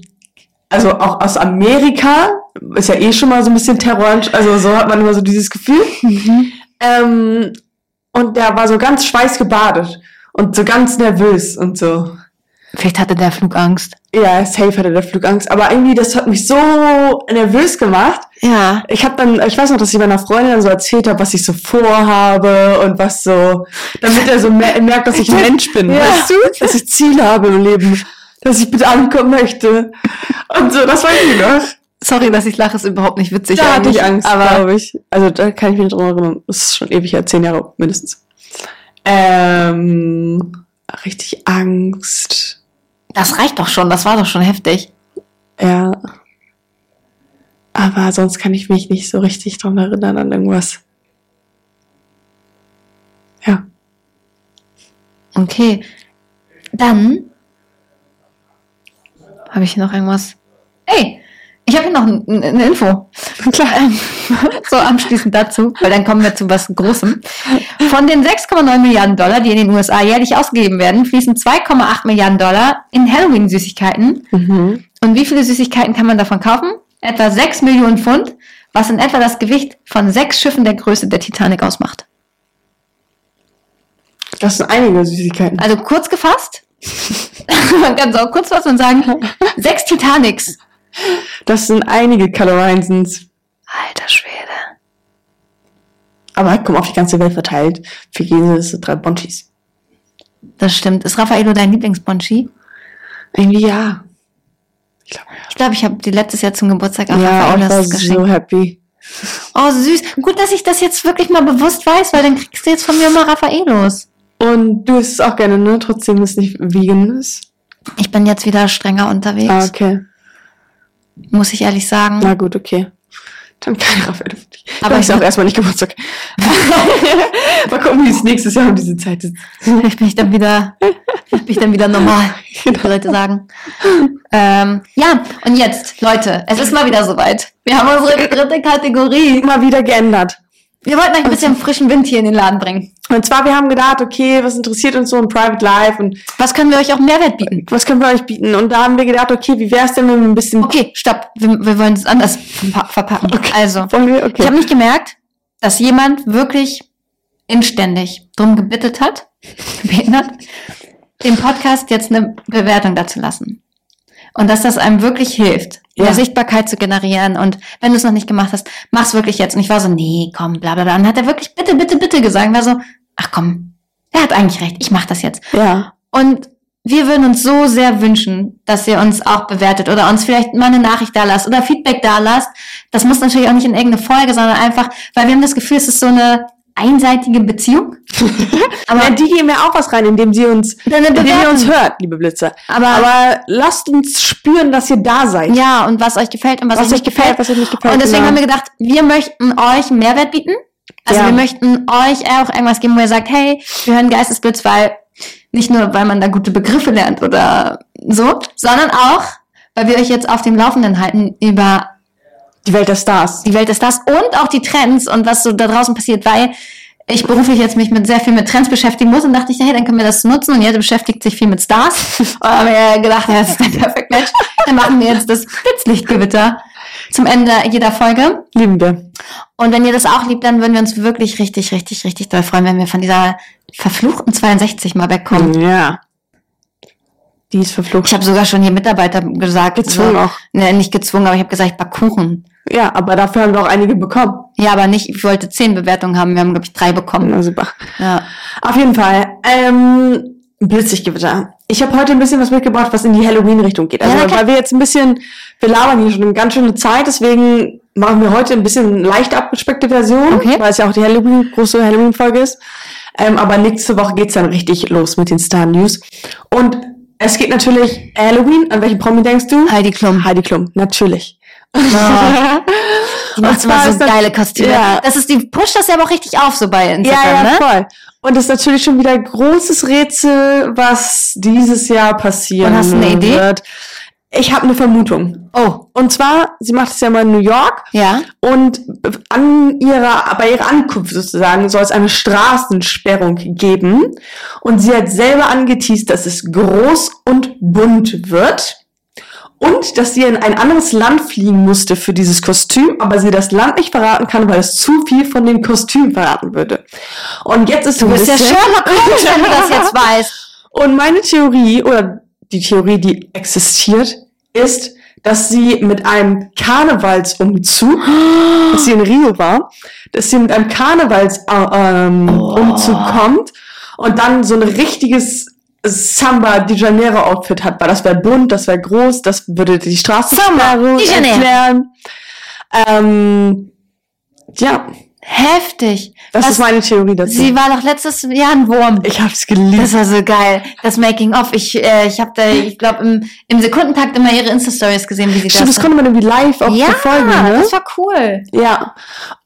S1: also auch aus Amerika, ist ja eh schon mal so ein bisschen Terror, also so hat man immer so dieses Gefühl.
S2: Mhm.
S1: Ähm, und der war so ganz schweißgebadet und so ganz nervös und so.
S2: Vielleicht hatte der Flugangst.
S1: Ja, safe hatte der Flugangst, aber irgendwie das hat mich so nervös gemacht.
S2: Ja.
S1: Ich habe dann, ich weiß noch, dass ich meiner Freundin dann so erzählt habe, was ich so vorhabe und was so, damit er so mer merkt, dass *laughs* ich ein Mensch bin,
S2: Ja.
S1: weißt du? Dass ich Ziele habe im Leben, dass ich bitte ankommen möchte. Und so, das war irgendwie noch.
S2: Sorry, dass ich lache, ist überhaupt nicht witzig.
S1: Da hatte ich
S2: eigentlich,
S1: Angst,
S2: Aber
S1: glaube ich. Also da kann ich mich nicht dran erinnern. Das ist schon ewig her, zehn Jahre mindestens. Ähm, richtig Angst.
S2: das reicht doch schon, das war doch schon heftig.
S1: Ja. Aber sonst kann ich mich nicht so richtig dran erinnern an irgendwas. Ja. *laughs*
S2: Okay. Dann habe ich hier noch irgendwas. Ey, ich habe hier noch n- n- eine Info. Klar. *laughs* so abschließend dazu, weil dann kommen wir zu was Großem. Von den 6,9 Milliarden Dollar, die in den USA jährlich ausgegeben werden, fließen 2,8 Milliarden Dollar in Halloween-Süßigkeiten.
S1: Mhm.
S2: Und wie viele Süßigkeiten kann man davon kaufen? Etwa 6 Millionen Pfund, was in etwa das Gewicht von sechs Schiffen der Größe der Titanic ausmacht.
S1: Das sind einige Süßigkeiten.
S2: Also kurz gefasst, *laughs* man kann so kurz was und sagen, sechs Titanics.
S1: Das sind einige Kalorien sind's.
S2: Alter Schwede.
S1: Aber komm, auf die ganze Welt verteilt. Für jedes drei Bonchis.
S2: Das stimmt. Ist Raffaello dein Lieblingsbonschi?
S1: Irgendwie ja. Ich glaube
S2: Ich glaube, ich habe die letztes Jahr zum Geburtstag auch
S1: ja. Ja, und ich war
S2: Raffaellos geschenkt.
S1: so happy.
S2: Oh, süß. Gut, dass ich das jetzt wirklich mal bewusst weiß, weil dann kriegst du jetzt von mir mal Raffaellos.
S1: Und du isst es auch gerne, ne? Trotzdem es nicht vegan ist.
S2: Ich bin jetzt wieder strenger unterwegs,
S1: Ah, okay.
S2: muss ich ehrlich sagen.
S1: Na gut, okay. Dann keine Raffaello. für dich.
S2: Aber
S1: Aber ich
S2: ich-
S1: auch erstmal nicht *laughs* Geburtstag. Mal gucken, wie es nächstes Jahr um diese Zeit ist.
S2: Ich bin ich dann wieder, ich bin dann wieder normal, wie
S1: Genau.
S2: die Leute sagen. Ähm, ja, und jetzt, Leute, es ist mal wieder soweit. Wir haben unsere dritte Kategorie.
S1: Mal wieder geändert.
S2: Wir wollten euch ein bisschen frischen Wind hier in den Laden bringen.
S1: Und zwar, wir haben gedacht, okay, was interessiert uns so im Private Life und
S2: Was können wir euch auch Mehrwert bieten?
S1: was können wir euch bieten? Und da haben wir gedacht, okay, wie wär's denn, wenn wir ein bisschen...
S2: Okay, stopp. Wir, wir wollen es anders verpa verpacken.
S1: *laughs*
S2: Also,
S1: Wollen wir?
S2: ich
S1: Okay.
S2: habe nicht gemerkt, dass jemand wirklich inständig drum gebittet hat, *laughs* gebeten hat, dem Podcast jetzt eine Bewertung dazu lassen. Und dass das einem wirklich hilft,
S1: Ja.
S2: mehr Sichtbarkeit zu generieren. Und wenn du es noch nicht gemacht hast, mach's wirklich jetzt. Und ich war so, nee, komm, bla bla bla. Und hat er wirklich bitte, bitte, bitte gesagt. Und war so, ach komm, er hat eigentlich recht, ich mach das jetzt.
S1: Ja.
S2: Und wir würden uns so sehr wünschen, dass ihr uns auch bewertet oder uns vielleicht mal eine Nachricht da lasst oder Feedback da lasst. Das muss natürlich auch nicht in irgendeine Folge, sondern einfach, weil wir haben das Gefühl, es ist so eine
S1: *laughs*
S2: einseitige Beziehung. aber,
S1: Ja, die geben ja auch was rein, indem sie uns,
S2: Dann
S1: indem ihr
S2: bewerten.
S1: uns hört, liebe Blitzer.
S2: Aber-
S1: Aber lasst uns spüren, dass ihr da seid.
S2: ja, und was euch gefällt und was,
S1: Was
S2: euch nicht
S1: euch gefällt,
S2: gefällt.
S1: was euch nicht gefällt,
S2: Und deswegen
S1: genau.
S2: haben wir gedacht, wir möchten euch einen Mehrwert bieten. Also
S1: Ja.
S2: wir möchten euch auch irgendwas geben, wo ihr sagt, hey, wir hören Geistesblitz, weil nicht nur, weil man da gute Begriffe lernt oder so, sondern auch, weil wir euch jetzt auf dem Laufenden halten über
S1: Die Welt der Stars.
S2: die Welt ist das und auch die Trends und was so da draußen passiert, weil ich beruflich jetzt mich mit sehr viel mit Trends beschäftigen muss und dachte ich, hey, dann können wir das nutzen und jeder beschäftigt sich viel mit
S1: *laughs*
S2: Stars und haben wir gedacht, ja, das ist ein perfekt Match. Dann machen wir jetzt das Blitzlichtgewitter zum Ende jeder Folge.
S1: Lieben wir.
S2: Und wenn ihr das auch liebt, dann würden wir uns wirklich richtig, richtig, richtig doll freuen, wenn wir von dieser verfluchten 62 mal
S1: Mhm.
S2: wegkommen.
S1: Ja. Die ist verflucht.
S2: Ich habe sogar schon hier Mitarbeiter gesagt.
S1: Gezwungen
S2: so,
S1: auch.
S2: Ne, nicht gezwungen, aber ich habe gesagt, ich back Kuchen.
S1: Ja, aber dafür haben wir auch einige bekommen.
S2: Ja, aber nicht, ich wollte zehn Bewertungen haben, wir haben, glaube ich, drei bekommen.
S1: Oh, Na super.
S2: Ja.
S1: Auf jeden Fall. Ähm, Blitziggewitter. Ich habe heute ein bisschen was mitgebracht, was in die Halloween-Richtung geht. Also,
S2: Ja, okay.
S1: weil wir jetzt ein bisschen, wir labern hier schon eine ganz schöne Zeit, deswegen machen wir heute ein bisschen leicht abgespeckte Version,
S2: Okay.
S1: weil es ja auch die Halloween, große Halloween-Folge ist. Ähm, aber nächste Woche geht's dann richtig los mit den Star-News. Und es geht natürlich Halloween. An welchen Promi denkst du? *laughs*
S2: Heidi Klum.
S1: Heidi Klum, natürlich.
S2: Die macht
S1: Und zwar *laughs*
S2: immer so
S1: ist das-
S2: geile Kostüme.
S1: Ja.
S2: Das ist, die pusht das ja aber auch richtig auf, so bei Instagram,
S1: Ja, ja,
S2: ne?
S1: voll. Und das ist natürlich schon wieder ein großes Rätsel, was dieses Jahr passieren
S2: Und hast du eine Idee?
S1: wird. Ich habe eine Vermutung.
S2: Oh,
S1: Und zwar, sie macht es ja mal in New York
S2: ja.
S1: und an ihrer, bei ihrer Ankunft sozusagen soll es eine Straßensperrung geben. Und sie hat selber angeteased, dass es groß und bunt wird. Und dass sie in ein anderes Land fliegen musste für dieses Kostüm, aber sie das Land nicht verraten kann, weil es zu viel von dem Kostüm verraten würde. Und jetzt ist
S2: Du
S1: ein
S2: bist ja
S1: bisschen-
S2: Sherlock Holmes, wenn du
S1: *laughs*
S2: das jetzt weißt.
S1: und meine Theorie, oder die Theorie, die existiert, ist, dass sie mit einem
S2: *gasps*
S1: Karnevalsumzug, dass sie in Rio war, dass sie mit einem Karnevalsumzug ähm, Umzug kommt und dann so ein richtiges Samba de Janeiro Outfit hat, weil das wäre bunt, das wäre groß, das würde die Straße
S2: Samba de Janeiro.
S1: erklären. Ähm, ja,
S2: Heftig.
S1: das
S2: Was-
S1: ist meine Theorie dazu.
S2: Sie war doch letztes Jahr ein Wurm.
S1: ich hab's geliebt.
S2: Das war so geil. Das Making of. Ich, äh, ich habe da, ich glaube, im, im Sekundentakt immer ihre Insta-Stories gesehen, wie sie
S1: Stimmt,
S2: das.
S1: das konnte man irgendwie live auch
S2: ja,
S1: verfolgen, ne?
S2: das war cool.
S1: Ja.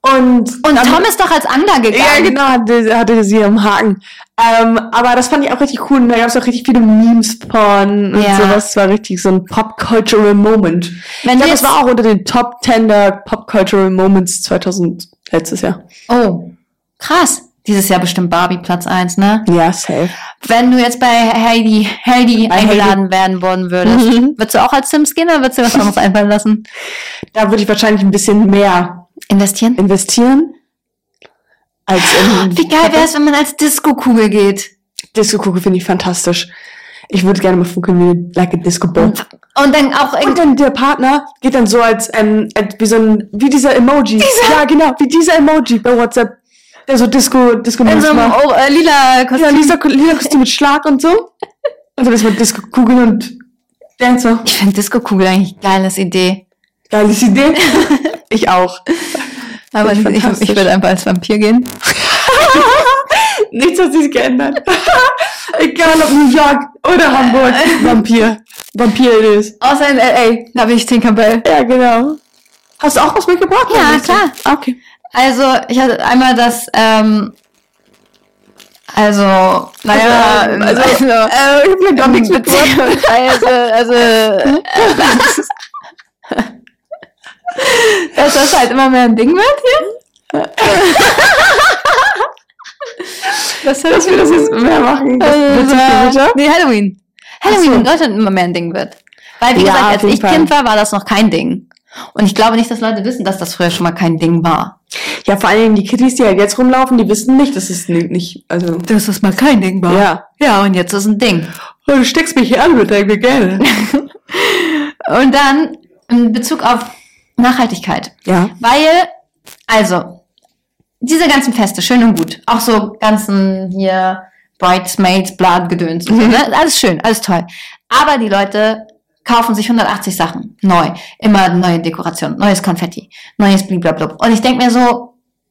S1: Und,
S2: Und
S1: ne? dann-
S2: Tom ist doch als Under
S1: Ja,
S2: gegangen.
S1: genau, hatte, hatte sie am Haken. Ähm, aber das fand ich auch richtig cool. Und da gab es auch richtig viele Memes von und
S2: Ja.
S1: sowas. Es war richtig so ein Pop-Cultural Moment.
S2: Wenn
S1: ich glaube,
S2: du
S1: das
S2: jetzt-
S1: war auch unter den Top 10 der Pop-Cultural Moments 2000, letztes Jahr.
S2: Oh, krass. Dieses Jahr bestimmt Barbie Platz 1, ne?
S1: Ja, safe.
S2: Wenn du jetzt bei Heidi,
S1: Heidi.
S2: Heidi eingeladen werden worden würdest,
S1: Mhm.
S2: würdest du auch als Sims gehen oder würdest du dir was anderes einfallen lassen?
S1: Da würde ich wahrscheinlich ein bisschen mehr
S2: Investieren?
S1: investieren. Als in
S2: Wie geil wäre es, wenn man als Disco-Kugel geht?
S1: Disco-Kugel finde ich fantastisch. Ich würde gerne mal funkeln wie like a disco ball.
S2: Und, und dann auch
S1: Und
S2: irgendwie.
S1: dann der Partner geht dann so als, ähm, als wie so ein, wie dieser Emoji. Ja, genau, wie dieser Emoji bei WhatsApp. Der so Disco, Disco
S2: In so einem
S1: macht.
S2: oh, äh, lila
S1: Ja,
S2: Kostüm.
S1: Lisa, Lisa Kostüm mit Schlag und so. Und dann ist man Disco Kugel und Dancer.
S2: ich finde Disco-Kugel eigentlich eine geile Idee.
S1: Geiles
S2: *laughs*
S1: Idee. ich auch.
S2: Aber ich,
S1: Finde ich
S2: ich,
S1: fantastisch.
S2: würde einfach als Vampir gehen.
S1: Nichts hat sich geändert. *laughs* Egal ob New York oder Hamburg. Vampir. Vampir ist.
S2: Außer in L.A. Da bin ich Tinkerbell.
S1: Ja, genau. Hast du auch was mitgebracht?
S2: Ja,
S1: Oder nicht? Ah,
S2: klar.
S1: Okay.
S2: Also, ich hatte einmal das, ähm, also, naja,
S1: Ähm,
S2: also, also,
S1: Äh, ich hab mir gar nichts
S2: Ähm,
S1: mitgebracht.
S2: also, also, äh, *laughs* dass das halt immer mehr ein Ding wird hier. Was hab
S1: dass
S2: ich
S1: wir das jetzt mehr machen. Das wird sich
S2: äh,
S1: bitte.
S2: nee, Halloween. Halloween
S1: so.
S2: in Deutschland immer mehr ein Ding wird. Weil, wie
S1: Ja, auf
S2: gesagt, als
S1: jeden
S2: ich
S1: Fall.
S2: Kind war, war das noch kein Ding. Und ich glaube nicht, dass Leute wissen, dass das früher schon mal kein Ding war.
S1: Ja, vor allen Dingen die Kitties, die halt jetzt rumlaufen, die wissen nicht, dass es ni- nicht, also,
S2: Dass das mal kein Ding war.
S1: ja.
S2: Ja, und jetzt ist ein Ding.
S1: Oh, du steckst mich hier an mit deinem Geld.
S2: *laughs* Und dann in Bezug auf Nachhaltigkeit.
S1: Ja.
S2: Weil, also, diese ganzen Feste, schön und gut. Auch so ganzen hier Bridesmaids, Bladgedöns. und so, Ne? Alles schön, alles toll. Aber die Leute kaufen sich 180 Sachen neu. Immer neue Dekoration, neues Konfetti, neues blablabla. Und ich denk mir so,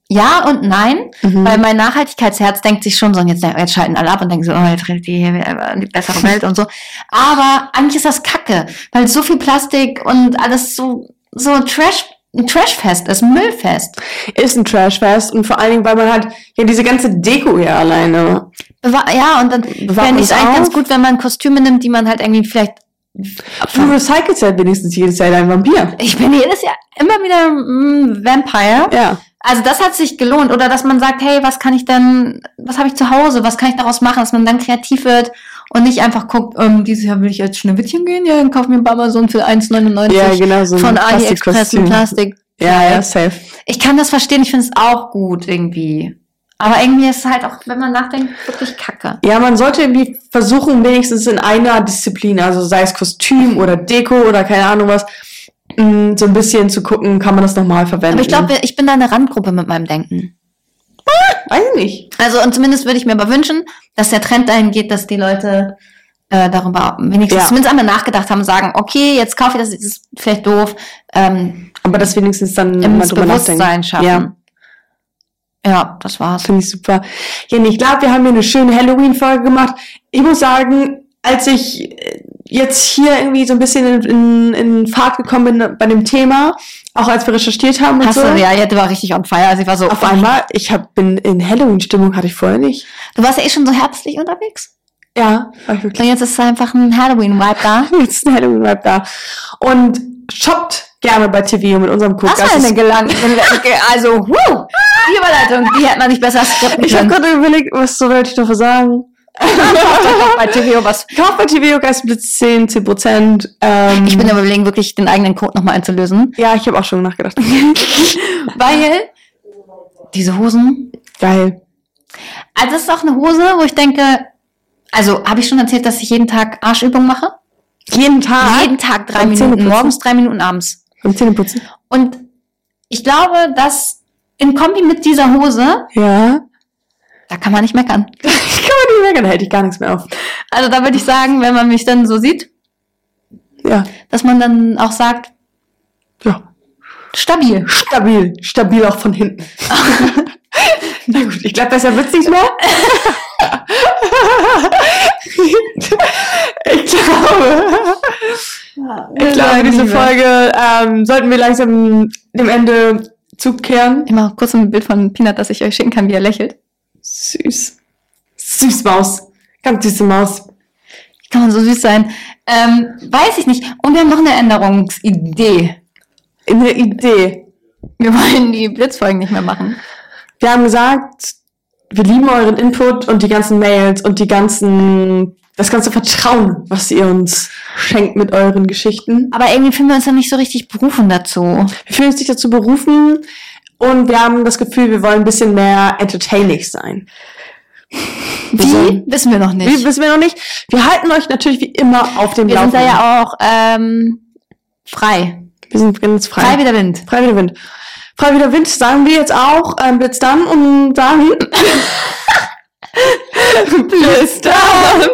S2: ja und nein, weil mein Nachhaltigkeitsherz denkt sich schon so, und jetzt, jetzt schalten alle ab und denken so, oh, jetzt redet die hier wieder an die bessere Welt und so. Aber eigentlich ist das Kacke, weil so viel Plastik und alles so, so Trash, ein Trashfest ist, ein Müllfest.
S1: Ist ein Trashfest und vor allen Dingen, weil man halt, ja, diese ganze Deko ja alleine.
S2: Bewa ja, und dann
S1: Bewahrt
S2: fände ich
S1: uns
S2: es eigentlich ganz
S1: auf.
S2: gut, wenn man Kostüme nimmt, die man halt irgendwie vielleicht,
S1: Du recycelst ja wenigstens jedes Jahr dein Vampir.
S2: ich bin jedes Jahr immer wieder mm, Vampire.
S1: Ja.
S2: Also das hat sich gelohnt. Oder dass man sagt, hey, was kann ich denn, was habe ich zu Hause, was kann ich daraus machen, dass man dann kreativ wird und nicht einfach guckt, ähm, dieses Jahr will ich als Schneewittchen gehen, ja, dann kauf mir bei Amazon für 1,99
S1: Ja, genau, so ein
S2: von AliExpress ein
S1: Plastikkostüm.
S2: Plastik.
S1: Ja, ja, safe.
S2: Ich kann das verstehen, ich finde es auch gut irgendwie. Aber irgendwie ist es halt auch, wenn man nachdenkt, wirklich kacke.
S1: Ja, man sollte irgendwie versuchen, wenigstens in einer Disziplin, also sei es Kostüm oder Deko oder keine Ahnung was, mh, so ein bisschen zu gucken, kann man das nochmal verwenden.
S2: Aber ich glaube, ich bin da eine Randgruppe mit meinem Denken.
S1: weiß ich nicht.
S2: Also und zumindest würde ich mir aber wünschen, dass der Trend dahin geht, dass die Leute äh, darüber wenigstens
S1: Ja.
S2: zumindest einmal nachgedacht haben und sagen, okay, jetzt kaufe ich das, das ist vielleicht doof, ähm,
S1: Aber das wenigstens dann
S2: im
S1: mal drüber nachdenken.
S2: Bewusstsein schaffen. Ja. das war's.
S1: Finde ich super. Jenny, ich glaube, wir haben hier eine schöne Halloween-Folge gemacht. Ich muss sagen, als ich äh, jetzt hier irgendwie so ein bisschen in, in, in Fahrt gekommen bin bei dem Thema, auch als wir recherchiert haben und
S2: Hast
S1: so,
S2: du, ja, Jette war richtig on fire. Also ich war so,
S1: auf
S2: oh,
S1: einmal, ich hab, bin in Halloween-Stimmung, hatte ich vorher nicht.
S2: Du warst ja eh schon so herbstlich unterwegs.
S1: Ja, war ich wirklich. *laughs*
S2: Und jetzt ist einfach ein Halloween-Vibe da.
S1: Jetzt ein Halloween-Vibe da. Und shoppt gerne bei Tivio mit unserem Code.
S2: Was war denn
S1: *laughs*
S2: gelangt? Also, huh, die Überleitung, die hätte man nicht besser skripten
S1: ich habe
S2: können.
S1: gerade überlegt, was soll ich dafür sagen?
S2: Bei Tivio was
S1: Kauft bei Tivio Geistblitz 10, 10%. Ähm,
S2: Ich bin am überlegen, wirklich den eigenen Code nochmal einzulösen.
S1: ja, ich habe auch schon
S2: *laughs*
S1: nachgedacht.
S2: Weil diese Hosen.
S1: Geil.
S2: Also das ist auch eine Hose, wo ich denke, also habe ich schon erzählt, dass ich jeden Tag Arschübungen mache?
S1: Jeden Tag.
S2: jeden Tag drei
S1: Beim
S2: Minuten,
S1: Zähneputzen?
S2: morgens drei Minuten, abends.
S1: Beim Zähneputzen.
S2: Und ich glaube, dass in Kombi mit dieser Hose,
S1: Ja. *laughs*
S2: da kann man nicht meckern.
S1: Ich kann mir nicht merken, da hält ich gar nichts mehr auf.
S2: Also da würde ich sagen, wenn man mich dann so sieht,
S1: Ja.
S2: dass man dann auch sagt,
S1: ja.
S2: stabil.
S1: Stabil. Stabil auch von
S2: *laughs*
S1: hinten. Na gut, ich glaube, besser wird's nicht
S2: *laughs*
S1: mehr. ich glaube.
S2: Äh,
S1: Ich glaube, diese Folge ähm, sollten wir langsam dem Ende Zugkern.
S2: Ich mache kurz ein Bild von Peanut, das ich euch schicken kann, wie er lächelt.
S1: Süß. Süß Maus. Ganz süße Maus.
S2: Kann man so süß sein? Ähm, weiß ich nicht. Und wir haben noch eine Änderungsidee.
S1: Eine Idee.
S2: Wir wollen die Blitzfolgen nicht mehr machen.
S1: Wir haben gesagt, wir lieben euren Input und die ganzen Mails und die ganzen, das ganze Vertrauen, was ihr uns schenkt mit euren Geschichten.
S2: Aber irgendwie fühlen wir uns dann nicht so richtig berufen dazu.
S1: Wir fühlen uns nicht dazu berufen und wir haben das Gefühl, wir wollen ein bisschen mehr entertaining sein.
S2: Wie? Wissen wir noch
S1: Wie
S2: nicht.
S1: wissen wir noch nicht. Wir halten euch natürlich wie immer auf dem
S2: Wir sind
S1: Laufenden.
S2: da ja auch ähm, frei.
S1: wir sind ganz frei.
S2: Frei wie der Wind.
S1: Frei wie der Wind. Frei wie der Wind sagen wir jetzt auch. Ähm, Blitz dann
S2: *laughs*
S1: und dann. Blitz dann.